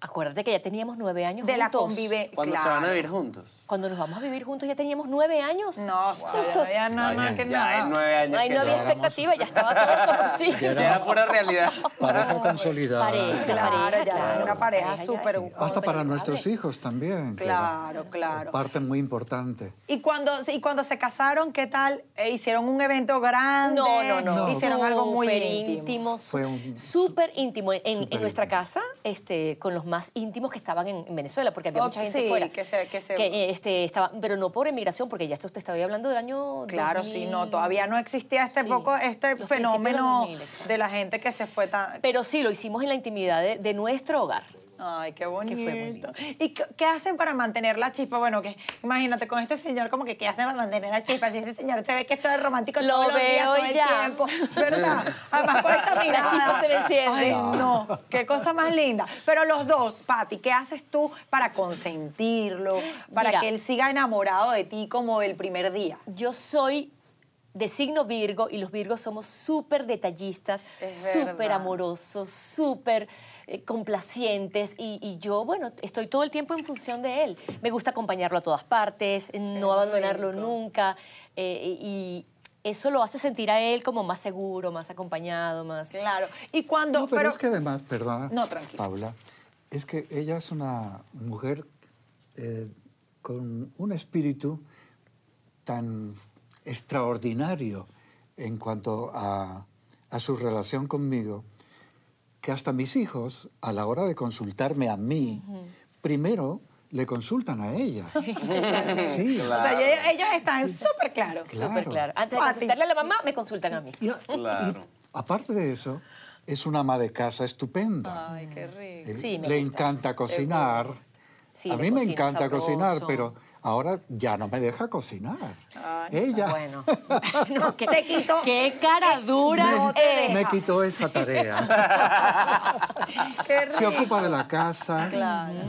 B: Acuérdate que ya teníamos nueve años
A: de la
B: juntos.
A: convivencia.
D: Cuando se van a vivir juntos.
B: Cuando nos vamos a vivir juntos ya teníamos nueve años.
A: No, sí, no
B: juntos.
A: había nada más que
D: Ya
A: nada.
D: hay nueve años.
B: Ay,
D: que
B: no había
D: ya-
B: expectativa, ya estaba todo conocido.
D: ya era pura realidad.
C: Pareja consolidada.
B: Pareja,
A: Claro,
B: pareja,
A: ya
B: claro.
A: una pareja
B: ya
A: súper-
B: es
C: Hasta para
B: incontrolable.
C: nuestros hijos también. que era
A: Claro, claro.
C: Parte muy importante.
A: ¿Y cuando, y cuando se casaron, ¿qué tal? Eh, ¿Hicieron un evento grande?
B: No, no, no.
A: Hicieron algo muy
B: Súper
A: íntimo.
C: Fue un-
B: Súper íntimo. En, en
C: Súper
B: nuestra
C: íntimo.
B: casa, este, con los más íntimos que estaban en, en Venezuela, porque había
A: Ok,
B: mucha gente
A: Oh, sí,
B: fuera.
A: que se- que se-
B: eh, este, estaba, pero no por emigración, porque ya esto te estaba hablando del año.
A: Claro,
B: 2000.
A: sí, no, todavía no existía este
B: Sí,
A: poco, este
B: los principios de
A: fenómeno
B: 2000, exacto.
A: de la gente que se fue tan...
B: Pero sí, lo hicimos en la intimidad de, de nuestro hogar.
A: Ay, qué bonito.
B: muy lindo.
A: ¿Y qué, qué hacen para mantener la chispa? Bueno, que imagínate con este señor, como que qué hacen para mantener la chispa. Si ese señor se ve que esto es romántico
B: Lo
A: todos los días,
B: veo
A: todo el
B: ya.
A: tiempo. ¿Verdad? Además, con esta
B: La
A: mirada.
B: chispa se le enciende.
A: Ay, no, qué cosa más linda. Pero los dos, Patti, ¿qué haces tú para consentirlo? Para
B: Mira.
A: que él siga enamorado de ti como el primer día.
B: Yo soy de signo Virgo y los Virgos somos súper detallistas,
A: Es
B: súper
A: verdad.
B: amorosos, súper eh, complacientes y, y yo, bueno, estoy todo el tiempo en función de él. Me gusta acompañarlo a todas partes, no abandonarlo nunca eh, y eso lo hace sentir a él como más seguro, más acompañado, más...
A: Claro. Y cuando.
C: No, pero, es que además, perdona,
A: No, tranquila.
C: Paula, es que ella es una mujer eh, con un espíritu tan extraordinario en cuanto a, a su relación conmigo, que hasta mis hijos, a la hora de consultarme a mí, primero le consultan a ella. Sí,
A: O sea, ellos, ellos están súper claros.
C: Claro.
B: Súper claro. Antes de
A: Fácil.
B: consultarle a la mamá, me consultan a mí.
C: Y, a-
D: Claro.
C: y aparte de eso, es una ama de casa estupenda.
A: Ay, qué rico.
C: Eh,
B: Sí, me
C: le
B: gusta.
C: encanta cocinar.
B: Sí,
C: a
B: le
C: mí me
B: cocina
C: encanta
B: sabroso.
C: cocinar, pero ahora ya no me deja cocinar. Ella
B: Bueno. No, qué,
A: Te quito-
B: qué cara dura
A: No te
B: eres.
C: me quitó esa tarea.
A: Qué rico.
C: Se ocupa de la casa,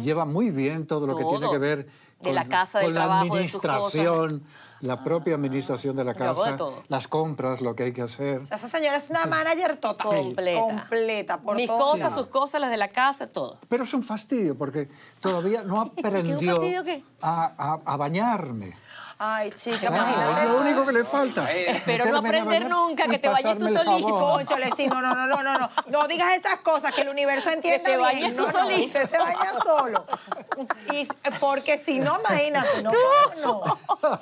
C: lleva muy bien todo lo que
B: Todo.
C: tiene que ver
B: De la casa, del
C: con la
B: trabajo, de sus cosas.
C: administración, la propia administración de la
B: Yo hago de
C: casa,
B: todo.
C: las compras, lo que hay que hacer.
A: Esa señora es una manager total.
B: Completa.
A: Completa. Por
B: Mis
A: todos
B: cosas,
A: lados.
B: sus cosas, las de la casa, todo.
C: Pero es un fastidio porque todavía no
B: fastidio
C: aprendió
B: qué?
C: a, a- a bañarme.
A: Ay, chica,
C: Claro,
A: imagínate.
C: es lo único que le falta.
B: Espero no
C: Meterme en Eh, la
B: aprender
C: bañera
B: nunca,
C: y
B: que te bañes tú
C: pasarme el
B: solito.
C: jabón.
A: Cónchale, sí, no, no, no, no, no, no. No digas esas cosas, que el universo entienda
B: te
A: bien.
B: bañes
A: No,
B: tú
A: no,
B: solito.
A: Usted se baña solo. Y, eh, porque si no, imagínate, no, no.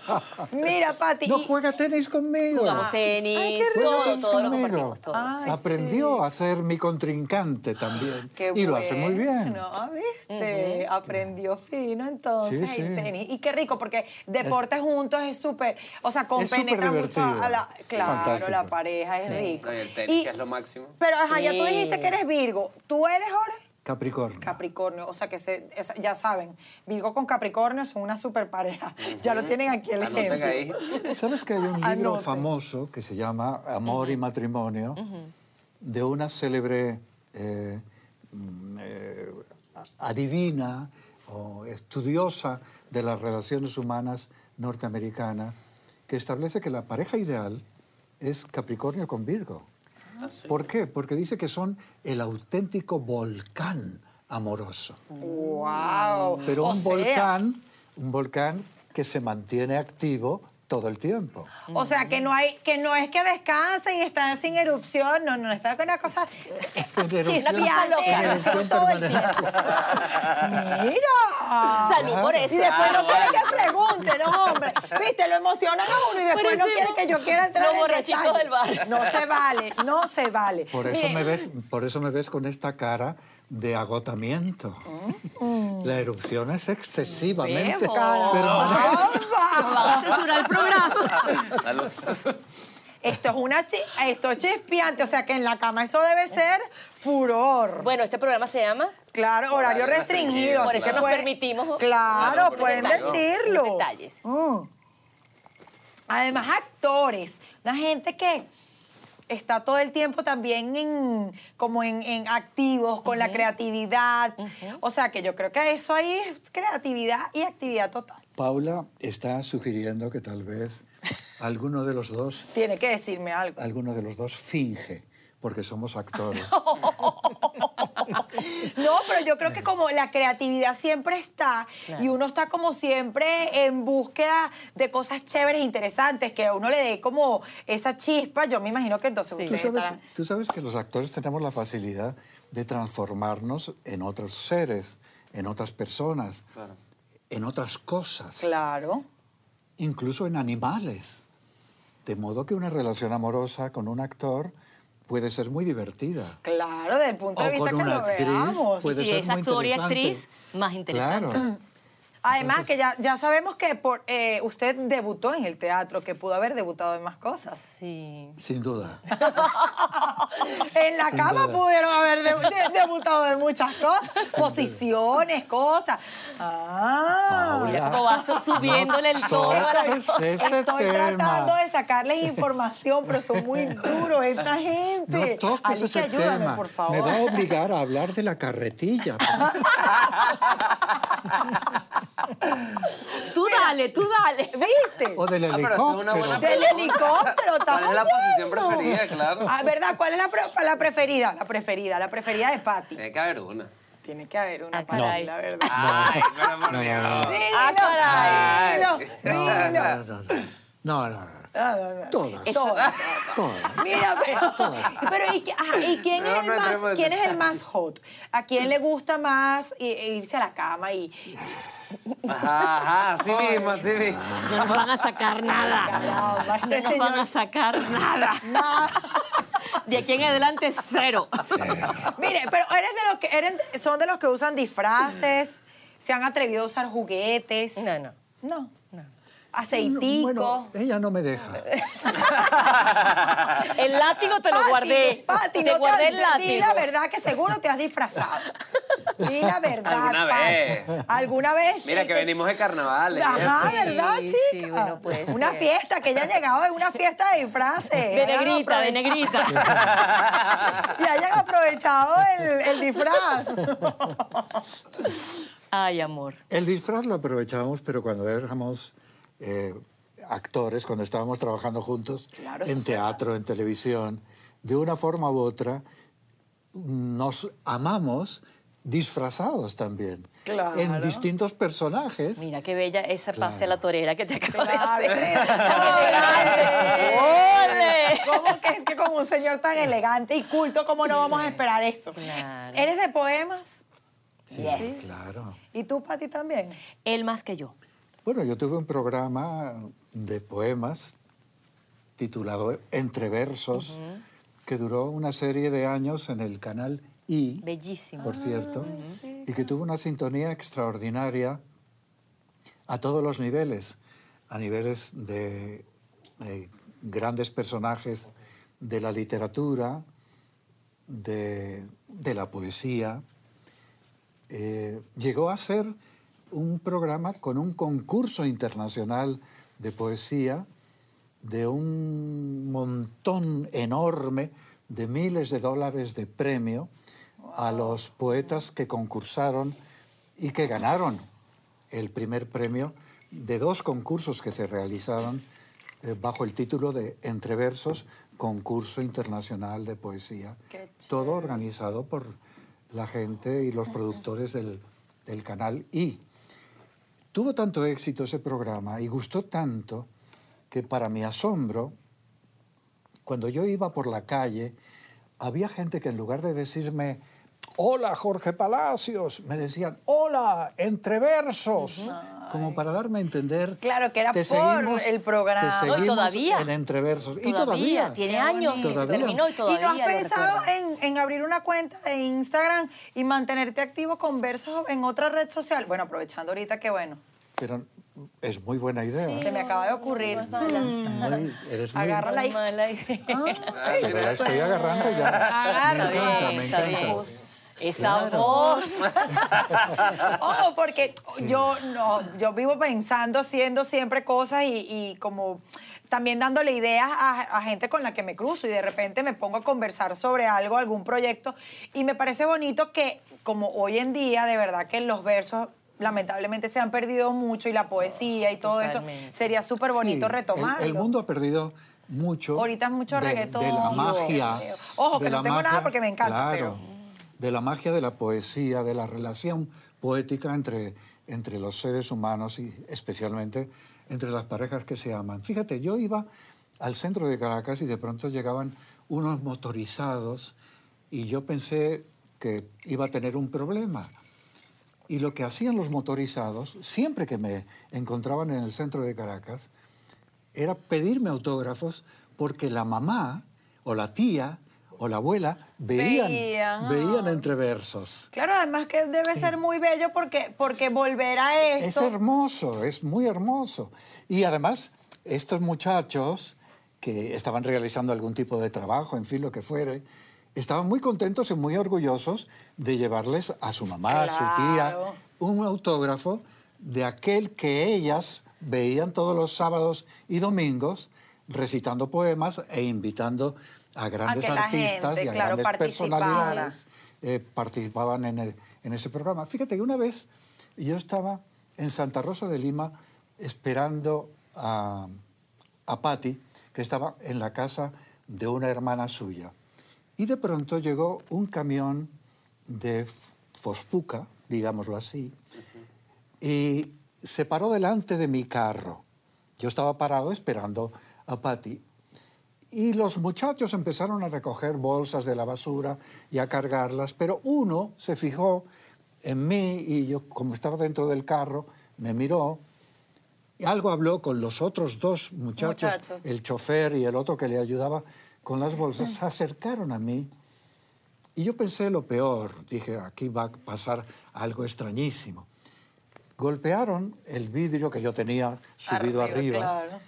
A: Mira, Pati,
C: No
A: y-
C: juega tenis conmigo.
B: Jugamos tenis,
A: Ah, Ay, qué rico.
B: todo,
C: tenis
B: todo lo
C: conmigo.
B: compartimos, todo.
A: Ah, Ay,
C: Aprendió a ser mi contrincante también.
A: Qué
C: y lo hace muy bien.
A: bueno, ¿viste? Aprendió fino entonces
C: Sí,
A: el
C: sí.
A: tenis. Y qué rico, porque deportes juntos es súper, o sea, compenetra mucho
C: superdivertido.
A: a la.
C: Sí.
A: Claro,
C: Fantástico.
A: la pareja es rico.
D: No, y el tenis, que es lo máximo.
A: Pero ajá, ya tú
B: Sí.
A: dijiste que eres Virgo. ¿Tú eres ahora?
C: Capricornio.
A: Capricornio, o sea que se, es- ya saben, Virgo con Capricornio son una super pareja. Ya lo tienen aquí el
D: Anoten
A: ejemplo.
D: ahí.
C: ¿Sabes que hay un libro
A: Anoten.
C: famoso que se llama Amor y Matrimonio de una célebre eh, mm, eh, a- adivina o estudiosa de las relaciones humanas norteamericana que establece que la pareja ideal es Capricornio con Virgo?
A: Ah,
C: ¿Por qué? Porque dice que son el auténtico volcán amoroso.
A: Wow.
C: Pero
A: O
C: un
A: sea,
C: volcán, un volcán que se mantiene activo todo el tiempo.
A: O sea, que no hay, que no es que descansen y están sin erupción, no, no, está con una cosa
C: erupción-
A: chispeante,
B: en
C: erupción
A: todo el
C: permanente.
A: tiempo. Mira.
B: Salud por Ah, eso.
A: Ah. Y después no quieren que pregunte, no, hombre. Viste, lo emocionan a uno y después no quieren
B: Parecemos
A: que yo quiera entrar
B: los
A: en
B: borrachitos
A: detalle.
B: del bar.
A: No se vale, no se vale.
C: Por eso,
A: Mire,
C: me ves, por eso me ves con esta cara de agotamiento.
A: Mm.
C: La erupción es excesivamente
B: Vemos.
C: permanente.
A: ¡caramba!
B: Vas a censurar el programa.
D: Salud.
A: Esto es una chi- esto es chispeante, o sea que en la cama eso debe ser furor.
B: Bueno, este programa se llama
A: Claro, horario
D: Horario
A: restringido.
D: restringido,
B: Por
A: así
B: eso
A: que
B: nos
A: puede-
B: permitimos.
A: Claro,
D: Claro, por
A: pueden
D: ejemplo,
A: decirlo.
B: los detalles.
A: Mm. Además, actores, una gente que está todo el tiempo también en, como en, en activos con la creatividad. O sea que yo creo que eso ahí es creatividad y actividad total.
C: Paula está sugiriendo que tal vez alguno de los dos,
A: Tiene que decirme algo.
C: alguno de los dos finge, porque somos actores.
A: No, pero yo creo que como la creatividad siempre está y uno está como siempre en búsqueda de cosas chéveres, interesantes, que a uno le dé como esa chispa, yo me imagino que entonces
C: ¿Tú
A: ustedes
C: sabes,
A: estarán-
C: tú sabes que los actores tenemos la facilidad de transformarnos en otros seres, en otras personas, en otras cosas,
A: Claro.
C: incluso en animales. De modo que una relación amorosa con un actor puede ser muy divertida.
A: Claro, desde el punto de
C: o
A: vista
C: con
A: que
C: una
A: lo
C: actriz
A: veamos.
C: puede
B: Si
C: ser
B: es
C: muy
B: actor y
C: interesante.
B: actriz, más interesante.
C: Claro.
A: Además, que ya, ya sabemos que por, eh, usted debutó en el teatro, que pudo haber debutado en más cosas.
B: Sí.
C: Sin duda.
A: En la
C: Sin
A: cama
C: duda.
A: pudieron haber de- de- debutado en muchas cosas, posiciones, cosas. Ah.
C: Paula.
B: Mira cómo va su- subiéndole el tono a la
C: Toques
B: cosa.
C: ese
A: Estoy tratando
C: tema.
A: de sacarles información, pero son muy duros esta
C: No
A: gente.
C: toques
A: Alicia,
C: ese
A: ayúdame,
C: tema.
A: por
C: Me va
A: favor.
C: a obligar a hablar de la carretilla.
B: Tú dale, tú dale.
A: ¿Viste?
C: O del
D: Ah, pero esa es una
C: helicóptero.
D: buena
A: Del helicóptero,
D: ¿Cuál es la
A: estamos
D: posición
A: llenos.
D: preferida? Claro.
A: Ah, ¿Verdad? ¿Cuál es la, pre- la preferida? La preferida, la preferida de Patty.
D: Tiene que haber una.
A: Tiene que haber una
B: Eh. Ah,
A: para
B: caray.
A: la verdad.
D: Ay, pero por Dios.
A: Dígelo,
B: Ah, caray.
A: dígelo,
C: No,
A: dígelo.
C: no, no, no, no, no, no.
A: Ah, no, no.
C: Todas.
A: Todas.
C: Todas.
A: Mira, pero, pero ¿y, qui- ajá, ¿y quién,
D: No,
A: es el
D: no
A: más,
D: entremos en
A: quién es el más hot? ¿A quién le gusta más i- e irse a la cama y
D: Ajá, ajá, así mismo, así mismo.
B: No nos van a sacar nada.
A: Caramba, este
B: no nos van
A: señor-
B: a sacar nada.
A: nada?
B: De aquí en adelante, cero.
A: Mire, pero eres de los que eres- son de los que usan disfraces, se han atrevido a usar juguetes.
B: No, no.
A: No.
B: No.
A: Aceitico.
C: Bueno, ella no me deja.
B: El látigo te lo
A: Pati,
B: guardé.
A: Pati,
B: te
A: no
B: guardé
A: has-
B: el
A: Di
B: látigo.
A: la verdad que seguro te has disfrazado. Di la verdad.
D: Alguna
A: Pati.
D: vez.
A: Alguna vez.
D: Mira
A: sí
D: que
A: te-
D: venimos de carnavales. y
A: Ajá,
D: eso.
B: Sí,
A: ¿verdad,
B: sí,
A: chica?
B: bueno, puede
A: una
B: ser.
A: fiesta, que ella ha llegado de una fiesta de disfraces.
B: De negrita, de negrita.
A: Y hayan aprovechado el, el disfraz.
B: Ay, amor.
C: El disfraz lo aprovechábamos, pero cuando éramos eh, actores, cuando estábamos trabajando juntos,
A: Claro, eso
C: en
A: es
C: teatro, en televisión, de una forma u otra, nos amamos disfrazados también.
A: Claro.
C: En distintos personajes.
B: Mira qué bella esa pase a la torera que te acabo
A: Claro.
B: de
A: Claro.
B: hacer. ¡Tan elegante! ¡Corre!
A: ¿Cómo que es que como un señor tan elegante y culto, cómo no vamos a esperar eso?
B: Claro.
A: ¿Eres de poemas?
C: Sí, claro.
A: ¿Y tú, Pati, también?
B: Él más que yo.
C: Bueno, yo tuve un programa de poemas titulado Entre Versos, que duró una serie de años en el canal I.
B: Bellísimo.
C: por cierto, y que tuvo una sintonía extraordinaria a todos los niveles, a niveles de eh, grandes personajes de la literatura, de, de la poesía. Eh, llegó a ser un programa con un concurso internacional de poesía de un montón enorme de miles de dólares de premio a los poetas que concursaron y que ganaron el primer premio de dos concursos que se realizaron eh, bajo el título de Entre Versos, Concurso Internacional de Poesía.
A: Qué
C: Todo organizado por la gente y los productores del, del canal I. Tuvo tanto éxito ese programa y gustó tanto que para mi asombro, cuando yo iba por la calle, había gente que en lugar de decirme, hola Jorge Palacios, me decían, hola, entre versos, como para darme a entender.
A: Claro, que era
C: "Te
A: por el programa".
C: Te
B: Hoy
C: seguimos
B: todavía.
C: en entre versos. y
B: Todavía,
C: todavía.
B: tiene
A: Qué
B: años que se
C: bonito.
B: terminó y todavía.
A: ¿Y no has
B: lo
A: pensado
B: recuerdo.
A: en, en abrir una cuenta de Instagram y mantenerte activo con versos en otra red social? Bueno, aprovechando ahorita que bueno,
C: Pero es muy buena idea.
A: se me acaba de ocurrir.
C: Muy- eres muy-
A: Agárrala ahí.
B: Mala idea.
C: Pero la estoy agarrando ya.
A: Agárrala.
C: Me encanta, me
B: Está bien, está
C: encanta.
B: bien. Esa voz.
A: Ojo, porque yo no, yo vivo pensando, haciendo siempre cosas y, y como también dándole ideas a, a gente con la que me cruzo y de repente me pongo a conversar sobre algo, algún proyecto y me parece bonito que como hoy en día de verdad que los versos lamentablemente se han perdido mucho y la poesía y todo eso
B: Totalmente.
A: sería súper bonito
C: Sí, el-
A: retomarlo.
C: El, mundo ha perdido mucho.
A: Ahorita es mucho
C: de-
A: reggaetón,
C: De la magia.
A: Dios. Ojo, que
C: de
A: no
C: la
A: tengo nada porque me encanta,
C: Claro. De la magia de la poesía, de la relación poética entre, entre los seres humanos y especialmente entre las parejas que se aman. Fíjate, yo iba al centro de Caracas y de pronto llegaban unos motorizados y yo pensé que iba a tener un problema. Y lo que hacían los motorizados, siempre que me encontraban en el centro de Caracas, era pedirme autógrafos porque la mamá o la tía o la abuela veían,
A: Veían, ah.
C: veían, entre versos.
A: Claro, además que debe ser muy bello porque, porque volver a eso.
C: Es hermoso, es muy hermoso. Y además, estos muchachos que estaban realizando algún tipo de trabajo, en fin, lo que fuere, estaban muy contentos y muy orgullosos de llevarles a su mamá, a su tía,
A: Claro.
C: un autógrafo de aquel que ellas veían todos los sábados y domingos recitando poemas e invitando a grandes
A: que la
C: artistas
A: gente,
C: y a
A: claro,
C: grandes
A: participara.
C: personalidades eh, participaban en, el- en ese programa. Fíjate que una vez yo estaba en Santa Rosa de Lima esperando a, a Patty, que estaba en la casa de una hermana suya. Y de pronto llegó un camión de F- Fospuca, digámoslo así, y se paró delante de mi carro. Yo estaba parado esperando a Patty. Y los muchachos empezaron a recoger bolsas de la basura y a cargarlas, pero uno se fijó en mí y yo, como estaba dentro del carro, me miró. Y algo habló con los otros dos muchachos,
B: Muchacho.
C: el chofer y el otro que le ayudaba con las bolsas, se acercaron a mí. Y yo pensé lo peor, dije, aquí va a pasar algo extrañísimo. Golpearon el vidrio que yo tenía subido arriba
B: Claro.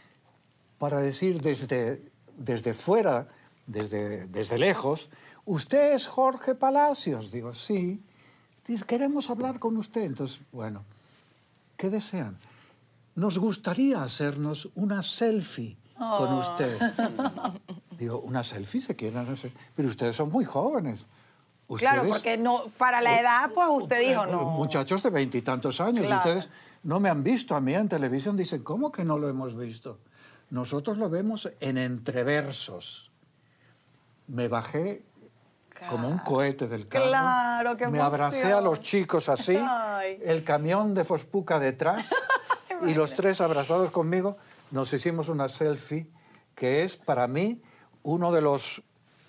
C: para decir desde, desde fuera, desde, desde lejos, usted es Jorge Palacios. Digo, sí. Dice, queremos hablar con usted. Entonces, bueno, ¿qué desean? Nos gustaría hacernos una selfie con
A: Oh.
C: usted. Digo, una selfie se quieren hacer. Pero ustedes son muy jóvenes.
A: Claro,
C: Ustedes-
A: porque no, para la edad, pues usted dijo no.
C: Muchachos de veintitantos años,
A: Claro.
C: ustedes no me han visto a mí en televisión, dicen, ¿cómo que no lo hemos visto? Nosotros lo vemos en entreversos. Me bajé como un cohete del carro.
A: Claro, qué
C: Me abracé a
A: emoción.
C: los chicos así,
A: Ay.
C: el camión de Fospuca detrás y los tres abrazados conmigo nos hicimos una selfie que es para mí uno de los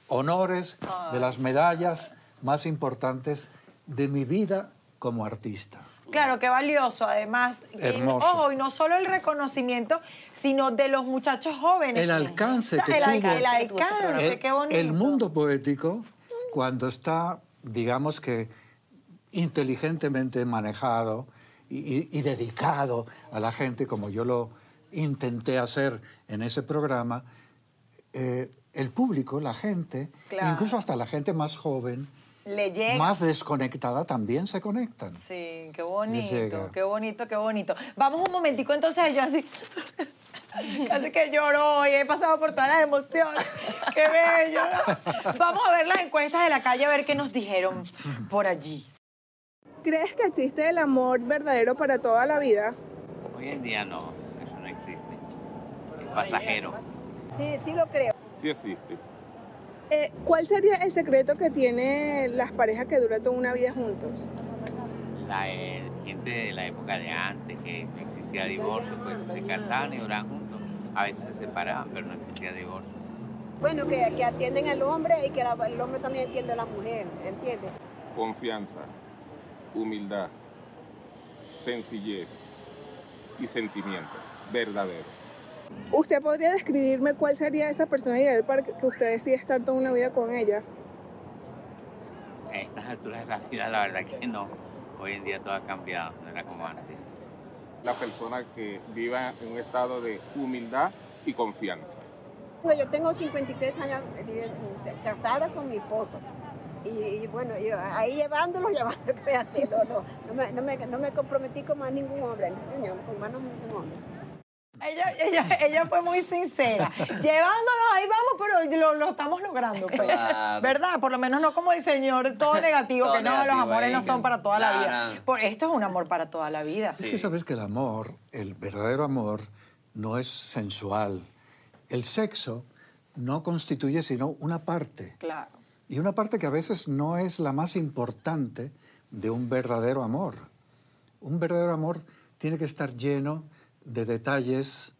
C: honores, de las medallas más importantes de mi vida como artista.
A: Claro, qué valioso, además. Y,
C: Hermoso.
A: ojo, y no solo el reconocimiento, sino de los muchachos jóvenes.
C: El alcance
A: O sea,
C: que
A: el, alca-
C: tuvo.
A: el alcance,
C: El-
A: qué bonito.
C: Eh, El mundo poético, cuando está, digamos que, inteligentemente manejado y, y- y dedicado a la gente, como yo lo intenté hacer en ese programa, eh, el público, la gente,
A: Claro.
C: incluso hasta la gente más joven,
A: le llega.
C: más desconectada, también se conectan.
A: Sí, qué
C: llega.
A: bonito, qué bonito, qué bonito. Vamos un momentico entonces a Yassi. Casi que lloro hoy, he pasado por todas las emociones. ¡Qué bello! Vamos a ver las encuestas de la calle, a ver qué nos dijeron por allí.
E: ¿Crees que existe el amor verdadero para toda la vida?
F: Hoy en día no, eso no existe. Es pasajero.
E: Sí, sí lo creo.
G: Sí existe.
E: Eh, ¿Cuál sería el secreto que tienen las parejas que duran toda una vida juntos?
F: La eh, gente de la época de antes, que no existía divorcio, pues se casaban y duraban juntos. A veces se separaban, pero no existía divorcio.
H: Bueno, que, que atienden al hombre y que la- el hombre también entiende a la mujer, ¿entiendes?
G: Confianza, humildad, sencillez y sentimiento verdadero.
E: ¿Usted podría describirme cuál sería esa persona ideal para que que usted decida estar toda una vida con ella?
F: A estas alturas de la vida, la verdad que no. Hoy en día todo ha cambiado, no era como antes.
G: La persona que viva en un estado de humildad y confianza.
H: Pues yo tengo 53 años vivi- casada con mi esposo. Y, y bueno, yo ahí llevándolo, llevándolo, fíjate, no, no, no, me, no, me, no me comprometí con más ningún hombre, no, señor, con más ningún hombre.
A: Ella, ella, ella fue muy sincera. Llevándonos, ahí vamos, pero lo, lo estamos logrando. pues.
D: Claro.
A: ¿Verdad? Por lo menos no como el señor, todo negativo,
D: Todo
A: que no,
D: negativo
A: los amores
D: ahí,
A: no son
D: que-
A: para toda la
D: nada,
A: vida.
D: nada.
A: Por, esto es un amor para toda la vida.
C: Es que sabes que el amor, el verdadero amor, no es sensual. El sexo no constituye sino una parte.
A: Claro.
C: Y una parte que a veces no es la más importante de un verdadero amor. Un verdadero amor tiene que estar lleno de detalles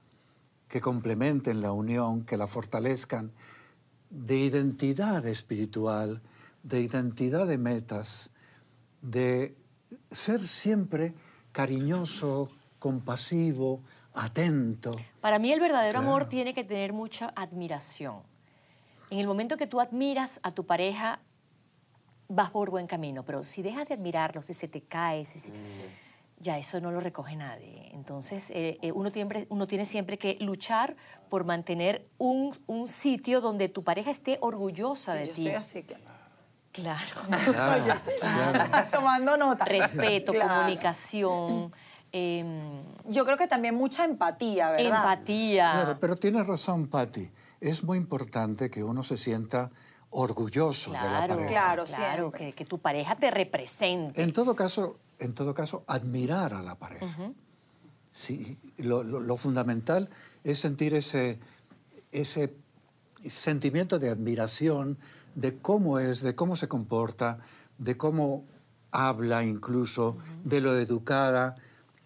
C: que complementen la unión, que la fortalezcan, de identidad espiritual, de identidad de metas, de ser siempre cariñoso, compasivo, atento.
B: Para mí el verdadero amor tiene que tener mucha admiración. En el momento que tú admiras a tu pareja, vas por buen camino, pero si dejas de admirarlo, si se te cae, si se-
C: Mm.
B: ya eso no lo recoge nadie. Entonces eh, eh, uno, tiempre, uno tiene siempre que luchar por mantener un, un sitio donde tu pareja esté orgullosa
A: Sí,
B: de
A: yo
B: ti.
A: estoy así que-
B: Claro.
C: Claro, claro.
A: Tomando nota.
B: Respeto,
A: Claro.
B: comunicación, em,
A: Yo creo que también mucha empatía, ¿verdad?
B: empatía.
A: Ah.
C: Claro, pero tienes razón, Patti. Es muy importante que uno se sienta orgulloso de la
B: Claro,
C: pareja.
A: Claro,
B: claro,
A: siempre.
B: que, que tu pareja te represente.
C: En todo caso, en todo caso, admirar a la pareja. Sí, lo, lo- lo fundamental es sentir ese, ese sentimiento de admiración de cómo es, de cómo se comporta, de cómo habla incluso, de lo educada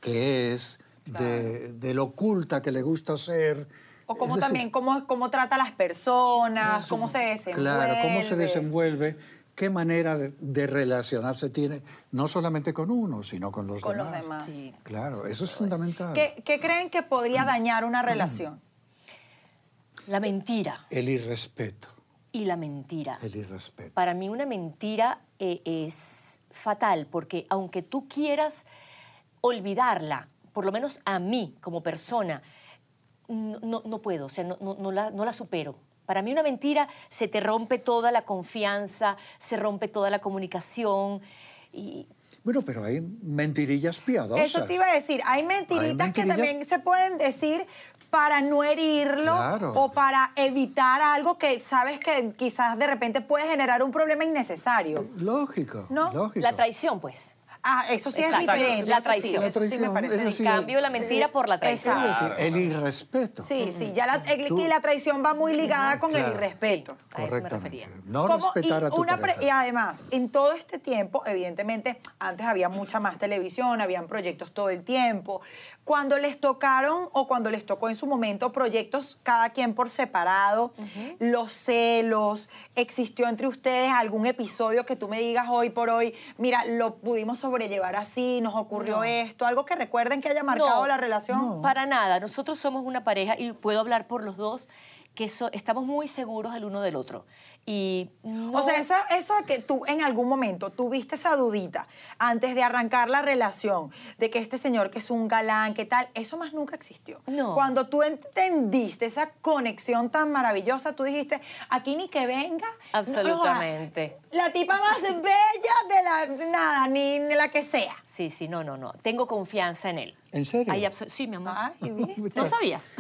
C: que es, de, de lo oculta que le gusta ser.
A: O cómo
C: Es decir,
A: también, cómo, cómo trata a las personas, cómo se desenvuelve.
C: Claro, cómo se desenvuelve, qué manera de, de relacionarse tiene, no solamente con uno, sino con los
A: Con los demás.
C: demás.
B: Sí.
C: Claro, eso es fundamental.
A: ¿Qué, qué creen que podría dañar una relación?
B: La mentira
C: El irrespeto,
B: y la mentira.
C: el irrespeto.
B: Para mí una mentira eh, es fatal porque aunque tú quieras olvidarla, por lo menos a mí como persona, no, no- no puedo, o sea, no, no- no la, no la supero. Para mí una mentira se te rompe toda la confianza, se rompe toda la comunicación y
C: Bueno, pero hay mentirillas piadosas.
A: Eso te iba a decir. Hay mentiritas,
C: Hay
A: que
C: mentirillas-
A: también se pueden decir para no herirlo
C: Claro.
A: o para evitar algo que sabes que quizás de repente puede generar un problema innecesario.
C: Lógico,
A: No,
C: lógico.
B: la traición, pues.
A: Ah, eso sí es
B: Exacto.
A: diferente. eso
B: La
A: sí,
B: traición.
A: Eso sí, me parece
C: La traición, es
A: distinto.
C: Sí, decir-
B: Cambio la mentira por la traición.
A: Exacto.
C: Eh, Es decir, el irrespeto.
A: Sí, sí, ya la, el-
C: Tú-
A: y la traición va muy ligada con
C: Claro.
A: el irrespeto.
B: A eso me
C: Correctamente.
B: refería.
C: No
A: ¿Cómo?
C: respetar
A: y,
C: a tu
A: una pre-
C: pareja.
A: y además, en todo este tiempo, evidentemente, antes había mucha más televisión, habían proyectos todo el tiempo. Cuando les tocaron o cuando les tocó en su momento proyectos cada quien por separado, los celos, ¿existió entre ustedes algún episodio que tú me digas hoy por hoy, mira, lo pudimos sobrellevar así, nos ocurrió esto, algo que recuerden que haya marcado
B: No,
A: la relación?
B: Para nada. Nosotros somos una pareja y puedo hablar por los dos que so- estamos muy seguros el uno del otro. Y no-
A: O sea, eso, eso de que tú en algún momento tuviste esa dudita antes de arrancar la relación de que este señor que es un galán, que tal, eso más nunca existió.
B: No.
A: Cuando tú entendiste esa conexión tan maravillosa, tú dijiste, aquí ni que venga. no,
B: Absolutamente.
A: o sea, la tipa más bella de la nada, ni, ni la que sea.
B: Sí, sí, no, no, no. Tengo confianza en él.
C: ¿En serio?
B: Ahí abso- sí, mi amor.
A: Ay, ¿viste?
B: ¿No sabías?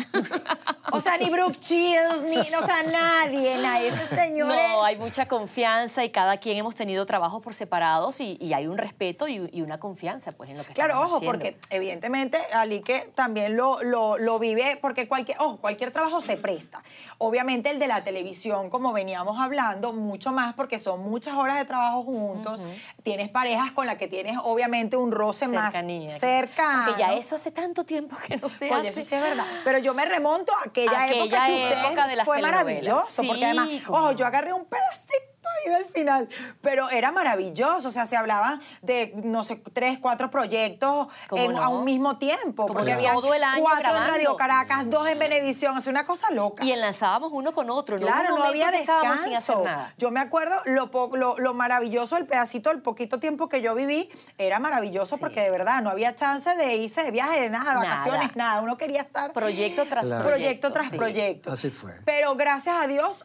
A: O sea, ni Brooke Shields, ni, o sea, nadie, nadie, ese señor
B: No,
A: es-
B: hay mucha confianza y cada quien hemos tenido trabajos por separados y, y hay un respeto y, y una confianza pues en lo que
A: Claro,
B: estamos
A: ojo,
B: haciendo.
A: porque evidentemente Ali que también lo, lo, lo vive, porque cualquier, ojo, cualquier trabajo se presta. Obviamente el de la televisión, como veníamos hablando, mucho más porque son muchas horas de trabajo juntos, tienes parejas con las que tienes obviamente un roce
B: cercanía.
A: más cercano.
B: Porque ya eso hace tanto tiempo que no se
A: Oye,
B: hace.
A: eso sí es verdad. Pero yo me remonto a aquella, época
B: Aquella
A: que usted
B: época de las
A: fue
B: telenovelas.
A: maravilloso.
B: Sí,
A: porque además,
B: cómo
A: ojo,
B: no.
A: yo agarré un pedacito ahí del final. Pero era maravilloso. O sea, se hablaba de, no sé, tres, cuatro proyectos
B: ¿Cómo
A: en- a
B: no?
A: un mismo tiempo.
B: Como
A: Porque
B: no.
A: había
B: Todo el año
A: cuatro en
B: grabando.
A: Radio Caracas, dos en Venevisión. O sea, una cosa loca.
B: Y enlazábamos uno con otro. hubo
A: Claro,
B: un
A: no
B: momento
A: había
B: que estábamos sin hacer
A: descanso.
B: nada.
A: Yo me acuerdo lo, po- lo, lo maravilloso, el pedacito, el poquito tiempo que yo viví, era maravilloso
B: Sí.
A: porque de verdad no había chance de irse de viaje, de nada, de
B: Nada.
A: vacaciones, nada. Uno quería estar
B: Proyecto tras
C: Claro.
A: proyecto,
B: proyecto.
A: tras
B: sí.
A: proyecto.
C: Así fue.
A: Pero gracias a Dios,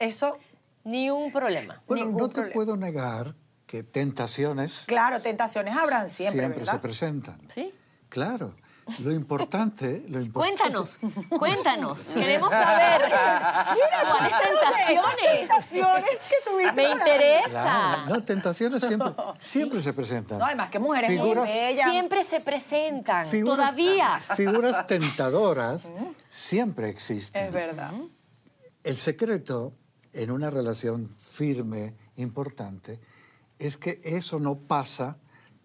A: eso,
B: Ni un problema.
C: Bueno,
A: ningún
C: no te
A: problema.
C: puedo negar que tentaciones
A: claro, tentaciones habrán siempre, ¿verdad?
C: se presentan.
B: ¿Sí?
C: Claro. Lo importante, lo importante.
B: Cuéntanos, cuéntanos. Queremos saber cuáles tentaciones.
A: Tentaciones que tuviste.
B: Me interesa.
C: Claro, no, tentaciones siempre, siempre se presentan.
A: No, además que mujeres
C: Figuras-
A: muy bellas.
B: Siempre se presentan,
C: figuras-
B: todavía.
C: Figuras tentadoras siempre existen.
A: Es verdad.
C: El secreto en una relación firme, importante, es que eso no pasa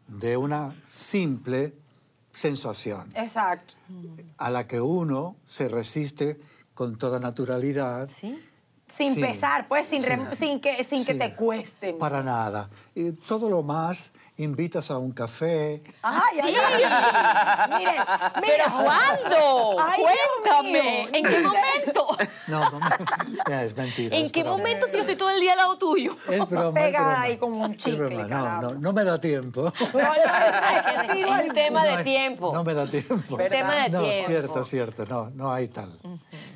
C: de una simple sensación
A: Eh. Exacto.
C: a la que uno se resiste con toda naturalidad.
B: ¿Sí?
A: Sin
C: Sí.
A: pesar, pues, sin, rem-
C: Sí.
A: sin que, sin que
C: Sí.
A: te cuesten.
C: Para nada. Y todo lo más, invitas a un café.
A: Ay, ay, ay. Miren, miren.
B: ¿Pero cuándo?
A: Ay,
B: Cuéntame.
A: Dios mío.
B: ¿En qué momento?
C: No, no, me- es mentira.
B: ¿En
C: es
B: qué
C: broma.
B: momento si yo estoy todo el día al lado tuyo?
C: Es broma. es
A: Pegada
C: broma.
A: ahí como un
C: Es
A: chicle,
C: broma. No, no,
A: caramba.
C: no me da tiempo.
A: No, no,
B: Ay,
A: no,
B: es
A: no,
B: un tema
C: No,
B: de tiempo.
C: No me da tiempo.
A: ¿Verdad?
B: Tema de
C: no,
B: tiempo.
C: cierto, cierto. No, no hay tal.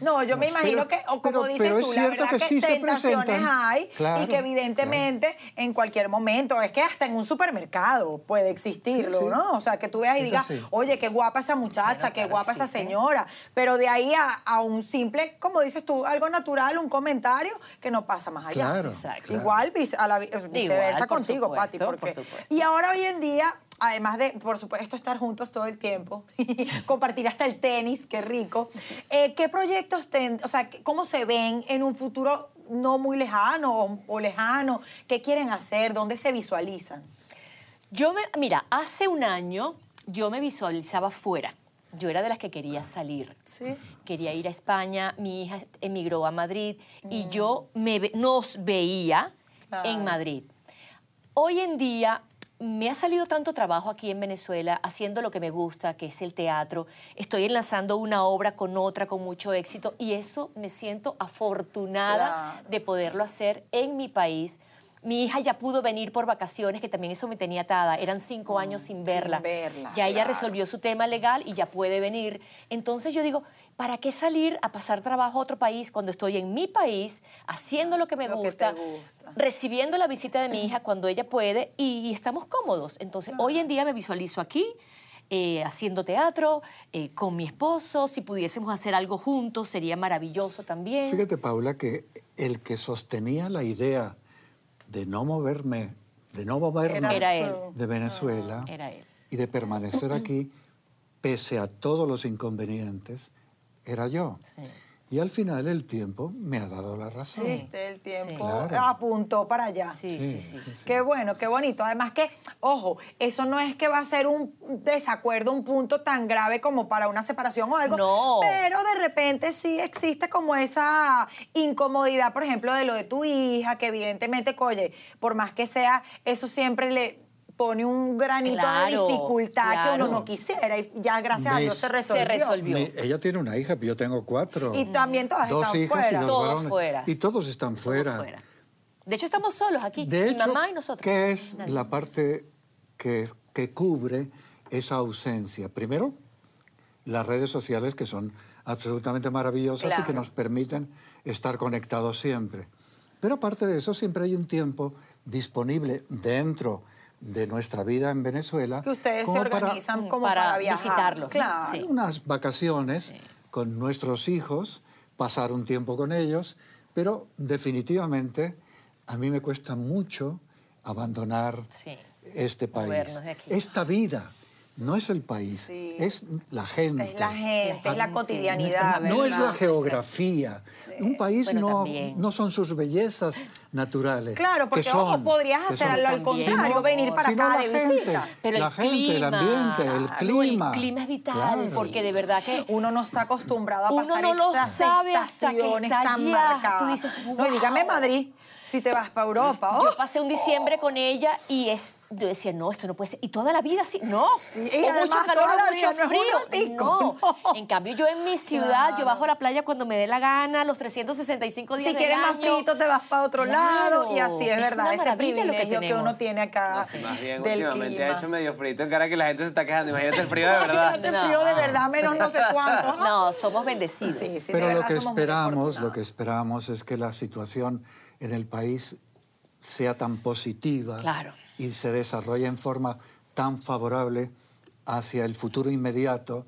A: No, yo me imagino
C: pero-
A: que, o como
C: pero-
A: dices
C: pero es
A: tú, la
C: cierto
A: verdad que,
C: que sí se
A: tentaciones
C: presentan.
A: hay y
C: Claro,
A: que evidentemente en cualquier momento, es que hasta en un supermercado puede existirlo,
C: Sí, sí.
A: ¿no? O sea, que tú veas y
C: Es
A: digas,
C: así.
A: oye, qué guapa esa muchacha, qué guapa esa señora, pero de ahí a, a un simple, como dices tú, algo natural, un comentario que no pasa más allá.
C: Claro,
B: Exacto.
C: claro.
A: Igual vice- a la vi- viceversa
B: por
A: contigo, Pati,
B: supuesto,
A: porque
B: por supuesto.
A: y ahora hoy en día además de, por supuesto, estar juntos todo el tiempo, compartir hasta el tenis, qué rico, eh, ¿qué proyectos, ten, o sea, cómo se ven en un futuro no muy lejano o, o lejano? ¿Qué quieren hacer? ¿Dónde se visualizan?
B: Yo me, mira, hace un año yo me visualizaba fuera. Yo era de las que quería salir.
A: Sí.
B: Quería ir a España, mi hija emigró a Madrid
A: Mm.
B: y yo me, ve- nos veía en
A: Ah.
B: Madrid. Hoy en día me ha salido tanto trabajo aquí en Venezuela haciendo lo que me gusta, que es el teatro. Estoy enlazando una obra con otra con mucho éxito y eso me siento afortunada
A: Claro.
B: de poderlo hacer en mi país. Mi hija ya pudo venir por vacaciones, que también eso me tenía atada. Eran cinco años sin verla.
A: Mm, verla,
B: Ya ella resolvió su tema legal y ya puede venir. Entonces yo digo, ¿para qué salir a pasar trabajo a otro país cuando estoy en mi país haciendo lo que me
A: Lo que te
B: gusta,
A: gusta.
B: recibiendo la visita de mi hija cuando ella puede y, y estamos cómodos? Entonces hoy en día me visualizo aquí. eh, haciendo teatro, eh, con mi esposo, si pudiésemos hacer algo juntos sería maravilloso también.
C: Fíjate, Paula, que el que sostenía la idea de no moverme, de no moverme
B: Era él.
C: de Venezuela
B: Era él.
C: y de permanecer aquí, pese a todos los inconvenientes, era yo. Y al final el tiempo me ha dado la razón.
A: Viste, el tiempo
C: Claro.
A: apuntó para allá.
B: Sí, sí, sí.
A: Qué bueno, qué bonito. Además que, ojo, eso no es que va a ser un desacuerdo, un punto tan grave como para una separación o algo.
B: No.
A: Pero de repente sí existe como esa incomodidad, por ejemplo, de lo de tu hija, que evidentemente, oye, por más que sea, eso siempre le pone un granito
B: Claro,
A: de dificultad que uno
B: claro.
A: no quisiera. Y ya, gracias a
C: Me-
A: Dios, se
C: se
A: resolvió.
B: resolvió.
C: Me- ella tiene una hija, yo tengo cuatro.
A: Y también todas
C: dos
A: están
C: hijas
A: fuera.
C: y dos
B: Todos
C: varones.
B: fuera.
C: Y todos están fuera.
B: fuera. De hecho, estamos solos aquí,
C: De
B: mi
C: hecho,
B: mamá y nosotros.
C: ¿qué es
B: Nadie.
C: la parte que, que cubre esa ausencia? Primero, las redes sociales que son absolutamente maravillosas y que nos permiten estar conectados siempre. Pero aparte de eso, siempre hay un tiempo disponible dentro de nuestra vida en Venezuela
A: Que ustedes se
C: como para
A: organizan como para,
B: para
A: viajar.
B: visitarlos.
A: Claro.
B: Sí.
C: unas vacaciones con nuestros hijos, pasar un tiempo con ellos, pero definitivamente a mí me cuesta mucho abandonar
B: Sí.
C: este país.
B: Movernos de aquí.
C: Esta vida no es el país,
A: Sí.
C: es la gente. Ah,
A: Es la gente, es la cotidianidad,
C: No es la
A: ¿verdad?
C: geografía. Un país
B: Bueno,
C: no,
B: también.
C: no son sus bellezas naturales.
A: Claro, porque
C: que son,
A: ojo, podrías
C: que
A: hacer
C: son-
A: algo al
B: También.
A: contrario,
B: Sino-
A: venir para
C: sino
A: acá
C: la
A: de
C: gente,
A: visita.
B: Pero
C: la
B: el
C: gente, el
B: clima,
C: ambiente, el
B: claro, el
C: clima.
B: clima es vital,
C: Claro.
B: porque de verdad que
A: Uno no está acostumbrado a
B: Uno
A: pasar
B: no lo
A: esas
B: sabe hasta que
A: estaciones
B: está
A: tan
B: allá.
A: marcadas.
B: Tú dices,
A: No, y
B: "Wow".
A: dígame Madrid, si te vas para Europa.
B: yo
A: oh,
B: pasé un diciembre con ella y es, yo decía, no, esto no puede ser. Y toda la vida así, no.
A: Sí, y
B: o mucho
A: además
B: calor
A: toda la
B: o mucho
A: vida, no es un
B: frío.
A: ratico, no.
B: En cambio, yo en mi ciudad, yo bajo a la playa cuando me dé la gana, los 365 días
A: si
B: del
A: quieres más
B: año.
A: frito, te vas para otro
B: Claro,
A: lado. Y así es,
B: es
A: verdad,
B: una
A: ese
B: maravilla lo que
A: privilegio que, uno
B: tenemos.
A: tiene acá.
B: sí,
D: Más bien,
A: del
D: últimamente ha
A: clima.
D: hecho medio frito en cara que la gente se está quejando. Imagínate el frío de
A: Imagínate
D: verdad.
A: el frío de verdad, menos no sé cuánto.
B: No, somos bendecidos.
A: Sí, sí, de
C: Pero lo
A: verdad
C: que
A: somos muy
C: esperamos, lo
A: afortunados.
C: que esperamos es que la situación en el país sea tan positiva
B: Claro.
C: y se desarrolle en forma tan favorable hacia el futuro inmediato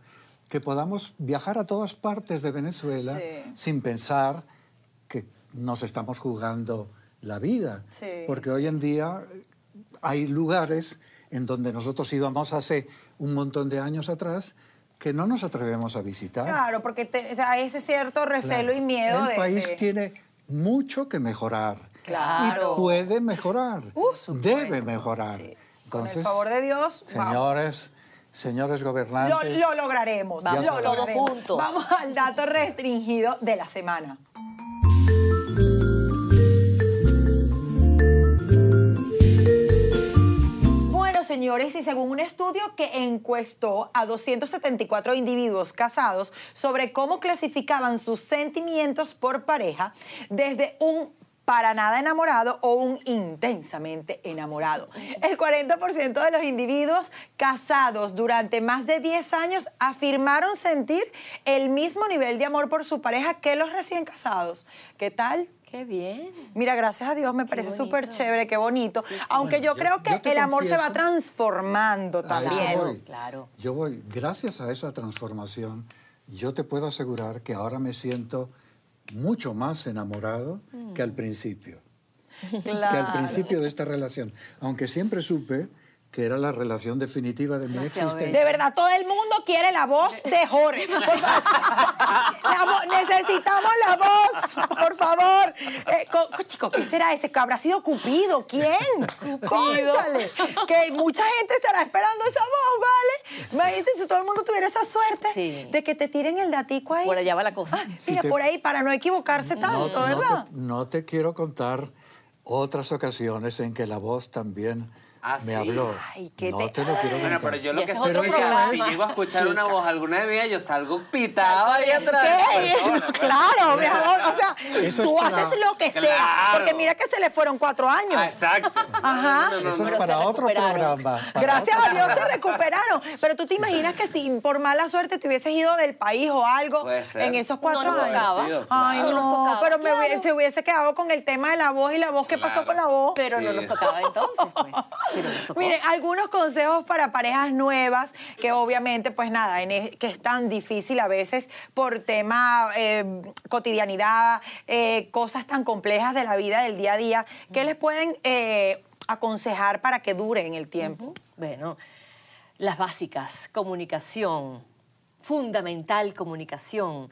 C: que podamos viajar a todas partes de Venezuela
A: Sí.
C: sin pensar que nos estamos jugando la vida.
A: Sí,
C: Porque hoy en día hay lugares en donde nosotros íbamos hace un montón de años atrás que no nos atrevemos a visitar.
A: Ah, Claro, porque te- o sea, hay ese cierto recelo y miedo
C: El
A: de.
C: país
A: de-
C: tiene mucho que mejorar.
A: Claro. Uh,
C: Y puede mejorar.
A: Por supuesto.
C: debe mejorar.
A: Sí.
C: Entonces,
A: Con el favor de Dios, vamos.
C: señores, señores
A: Lo,
C: gobernantes.
A: lo lograremos.
B: Vamos
A: lo
B: todos
A: lograremos.
B: juntos.
A: Vamos al dato restringido de la semana. Bueno, señores, y según un estudio que encuestó a 274 individuos casados sobre cómo clasificaban sus sentimientos por pareja, desde un para nada enamorado o un intensamente enamorado. El 40% de los individuos casados durante más de 10 años afirmaron sentir el mismo nivel de amor por su pareja que los recién casados. ¿Qué tal?
B: Qué bien.
A: Mira, gracias a Dios me parece
B: bonito.
A: súper chévere, qué bonito. Aunque
C: Bueno,
A: yo,
C: yo-
A: creo
C: yo
A: que
C: te
A: el amor se va
C: confieso-
A: transformando
C: A eso
A: también.
C: voy.
B: claro.
C: Yo voy, gracias a esa transformación, yo te puedo asegurar que ahora me siento mucho más enamorado
A: Mm.
C: que al principio. que al principio de esta relación. Aunque siempre supe que era la relación definitiva de mi
B: Demasiado
C: existencia.
A: De verdad, todo el mundo quiere la voz de Jorge. Por favor. La vo- necesitamos la voz, por favor. Eh, co- co- chico, ¿qué será ese? ¿Habrá sido Cupido? ¿Quién? Cónchale. Que mucha gente estará esperando esa voz, ¿vale? Imagínate si todo el mundo tuviera esa suerte
B: Sí.
A: de que te tiren el datico ahí.
B: Por allá va la cosa.
A: Mira,
C: Si te-
A: por ahí, para no equivocarse
C: No,
A: tanto,
C: no
A: ¿verdad?
C: te, no te quiero contar otras ocasiones en que la voz también
D: Ah,
C: me
D: sí.
C: habló.
A: Ay, qué
C: no
A: te-
C: te lo quiero
D: Bueno,
C: contar.
D: pero yo lo
B: Y
D: que
B: ese
D: sé
B: es otro
D: es que si
B: programa.
D: llego a escuchar una voz alguna de mi vida, yo salgo pitado ahí atrás. de la
A: Sí,
D: persona.
A: no, claro, mi amor. O sea,
C: Eso es
A: tú
C: para-
A: haces lo que sea.
D: Claro.
A: Porque mira que se le fueron cuatro años.
D: Ah, exacto.
A: Ajá.
D: No, no, no,
C: Eso
D: no.
C: es
B: pero
C: para
B: se
C: otro
B: recuperaron.
C: programa. para
A: Gracias
C: otro
A: a Dios se recuperaron. Pero tú te imaginas que si por mala suerte te hubieses ido del país o algo
D: Puede ser.
A: en esos cuatro
B: No nos
A: años.
B: tocaba.
A: Ay,
B: No
A: no,
B: nos tocaba,
A: pero me hubie-
B: claro.
A: se hubiese quedado con el tema de la voz y la voz. ¿Qué pasó
F: Claro.
A: con la voz?
B: Pero no
D: Sí.
B: nos tocaba entonces, pues. Pero nos tocó.
A: Miren, algunos consejos para parejas nuevas que obviamente, pues nada, en es- que es tan difícil a veces por tema eh, cotidianidad, eh, cosas tan complejas de la vida del día a día, ¿qué les pueden eh, aconsejar para que duren el tiempo?
B: Bueno, las básicas, comunicación, fundamental comunicación,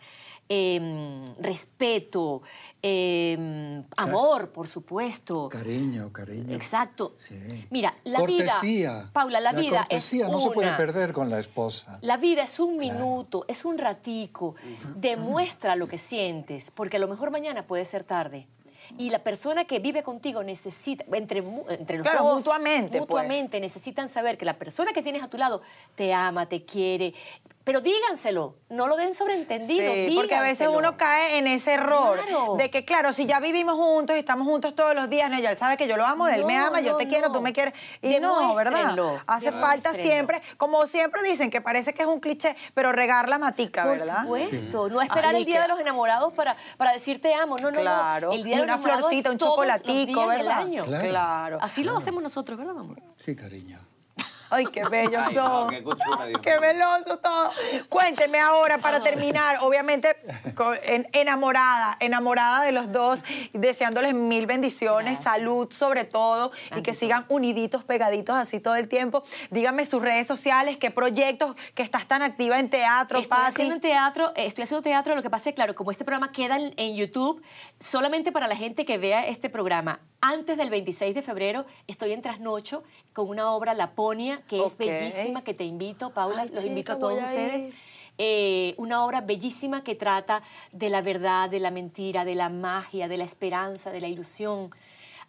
B: em, respeto, em, amor, por supuesto.
C: Cariño, cariño.
B: Exacto.
C: Sí.
B: Mira, la
C: cortesía.
B: vida, Paula, la, vida
C: cortesía
B: es
C: no se puede
B: una.
C: perder con la esposa.
B: La vida es un minuto, es un ratico. Demuestra lo que sientes, porque a lo mejor mañana puede ser tarde. Y la persona que vive contigo necesita, entre, mu- entre los
A: Claro,
B: dos,
A: mutuamente, pues.
B: mutuamente necesitan saber que la persona que tienes a tu lado te ama, te quiere. Pero díganselo, no lo den sobreentendido.
A: Sí, porque a veces
B: díganselo.
A: uno cae en ese error
B: Claro.
A: de que, claro, si ya vivimos juntos y estamos juntos todos los días, ¿no? ya él sabe que yo lo amo, él me
B: No,
A: ama, yo
B: no,
A: te quiero, tú
B: no.
A: me quieres. Y no, ¿verdad?
B: Demuéstrenlo,
A: Hace falta
B: demuéstrenlo.
A: siempre, como siempre dicen, que parece que es un cliché, pero regar la matica,
B: Por
A: ¿verdad?
B: supuesto, no esperar
A: Ay,
B: el día
A: que-
B: de los enamorados para, para decir te amo. No, no,
A: Claro,
B: no. El día
A: y
B: de
A: una
B: los enamorados
A: florcita,
B: es
A: un
B: todos los
A: chocolatico,
B: días del
A: ¿verdad?
B: año.
C: Claro.
A: claro.
B: Así lo hacemos nosotros, ¿verdad, amor?
C: Sí, cariño.
A: Ay, qué bellos
D: Ay, no,
A: son.
D: qué cuchura, Dios
A: Qué
D: mío.
A: veloso todo. Cuénteme ahora, para terminar, obviamente co- en- enamorada, enamorada de los dos, y deseándoles mil bendiciones, salud sobre todo, y que sigan uniditos, pegaditos así todo el tiempo. Díganme sus redes sociales, qué proyectos, que estás tan activa en teatro,
B: Estoy
A: Patti.
B: haciendo en teatro, eh, estoy haciendo teatro, lo que pasa es, claro, como este programa queda en, en YouTube, solamente para la gente que vea este programa. Antes del 26 de febrero estoy en Trasnocho con una obra Laponia, que es
A: Ok.
B: bellísima, que te invito, Paula,
A: Ay,
B: los invito a
A: chica, voy
B: todos
A: a
B: ustedes.
A: ir.
B: Eh, una obra bellísima que trata de la verdad, de la mentira, de la magia, de la esperanza, de la ilusión.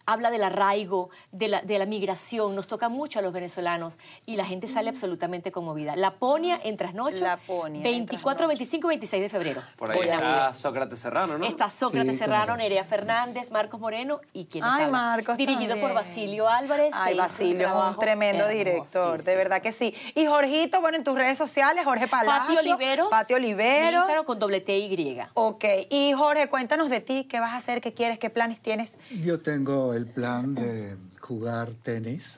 B: Habla del arraigo, de la, de la migración, nos toca mucho a los venezolanos y la gente sale absolutamente conmovida. Laponia en Trasnocho,
A: Laponia en
B: 24, 25, 26 de febrero.
D: Por ahí está Sócrates Serrano, ¿no?
B: Está Sócrates
C: Sí, cómo
B: Serrano,
C: no.
B: Nerea Fernández, Marcos Moreno y quien les
A: Ay,
B: habla.
A: Marcos
B: Dirigido
A: también.
B: por Basilio Álvarez. que
A: Ay,
B: hizo un
A: Basilio es un
B: trabajo
A: tremendo director, de
B: hermosísimo.
A: verdad que sí. Y Jorgito, bueno, en tus redes sociales, Jorge Palacio.
B: Patio Oliveros.
A: Patio
B: mi
A: Oliveros.
B: Instagram con doble T Y.
A: Ok, y Jorge, cuéntanos de ti, qué vas a hacer, qué quieres, qué planes tienes.
C: Yo tengo el plan de jugar tenis.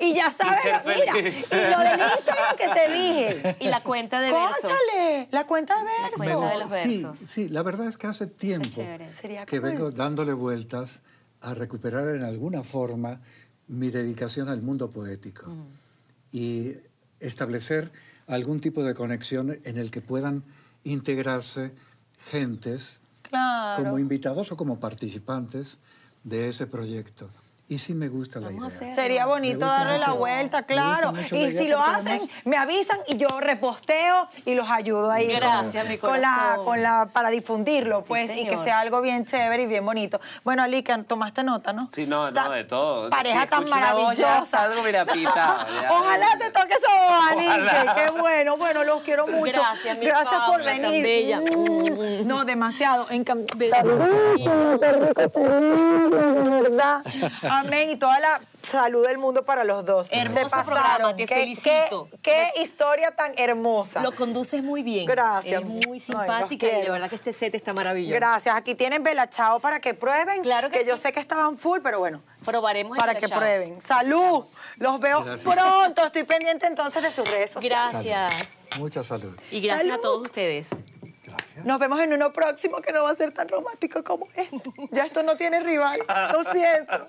A: y ya sabes,
D: ser
A: lo- mira,
D: feliz.
A: y lo del Instagram que te dije.
B: Y la cuenta de versos.
A: ¡Cónchale! La cuenta de versos.
B: Me Cuenta de los
C: sí,
B: versos.
C: sí, la verdad es que hace tiempo
B: chévere.
A: Sería
C: que
A: cool.
C: vengo dándole vueltas a recuperar en alguna forma mi dedicación al mundo poético
B: Mm.
C: y establecer algún tipo de conexión en el que puedan integrarse gentes
A: Claro.
C: como invitados o como participantes de ese proyecto. Y sí me gusta la
B: Vamos a
C: idea.
B: hacer.
A: Sería bonito
C: Me gusta
A: darle la
C: mucho.
A: vuelta,
C: Me
A: claro.
C: gusta mucho la
A: Y
C: idea
A: si lo
C: porque
A: hacen,
C: además-
A: me avisan y yo reposteo y los ayudo ahí. con-
B: Gracias, mi
A: con la,
B: corazón.
A: con la Para difundirlo,
B: Sí,
A: pues, y que
B: señor.
A: sea algo bien chévere y bien bonito. Bueno, Alica, tomaste nota, ¿no?
D: Sí, no,
A: Esta
D: no, de todo.
A: Pareja
D: Si
A: tan
D: escucho una voz, ya
A: maravillosa.
D: Salgo, mira, pitado, ya.
A: Ojalá te toque esa
D: Ojalá.
A: Alique. Qué bueno. Bueno, los quiero mucho.
B: Gracias, mi
A: Gracias por
B: Paula,
A: venir.
B: tan bella.
A: Mm. No, demasiado. Encantado. Qué rico salir, de verdad. Amén. Y toda la salud del mundo para los dos.
B: Hermoso
A: Se pasaron.
B: programa, te
A: Qué-
B: felicito.
A: Qué, qué historia tan hermosa.
B: Lo conduces muy bien.
A: Gracias. Ay,
B: Es muy
A: los
B: simpática y de
A: quiero.
B: verdad que este set está maravilloso.
A: Gracias. Aquí tienen Vela Chao para que prueben.
B: Claro que
A: yo
B: sí.
A: sé que estaban full, pero bueno.
B: Probaremos el
A: Para que
B: cachao.
A: prueben. Salud. Los veo
C: Gracias.
A: pronto. Estoy pendiente entonces de sus redes sociales.
B: Gracias.
C: Mucha salud.
B: Y gracias
A: Salud.
B: a todos ustedes.
C: Gracias.
A: Nos vemos en uno próximo que no va a ser tan romántico como este. Ya esto no tiene rival. Lo siento.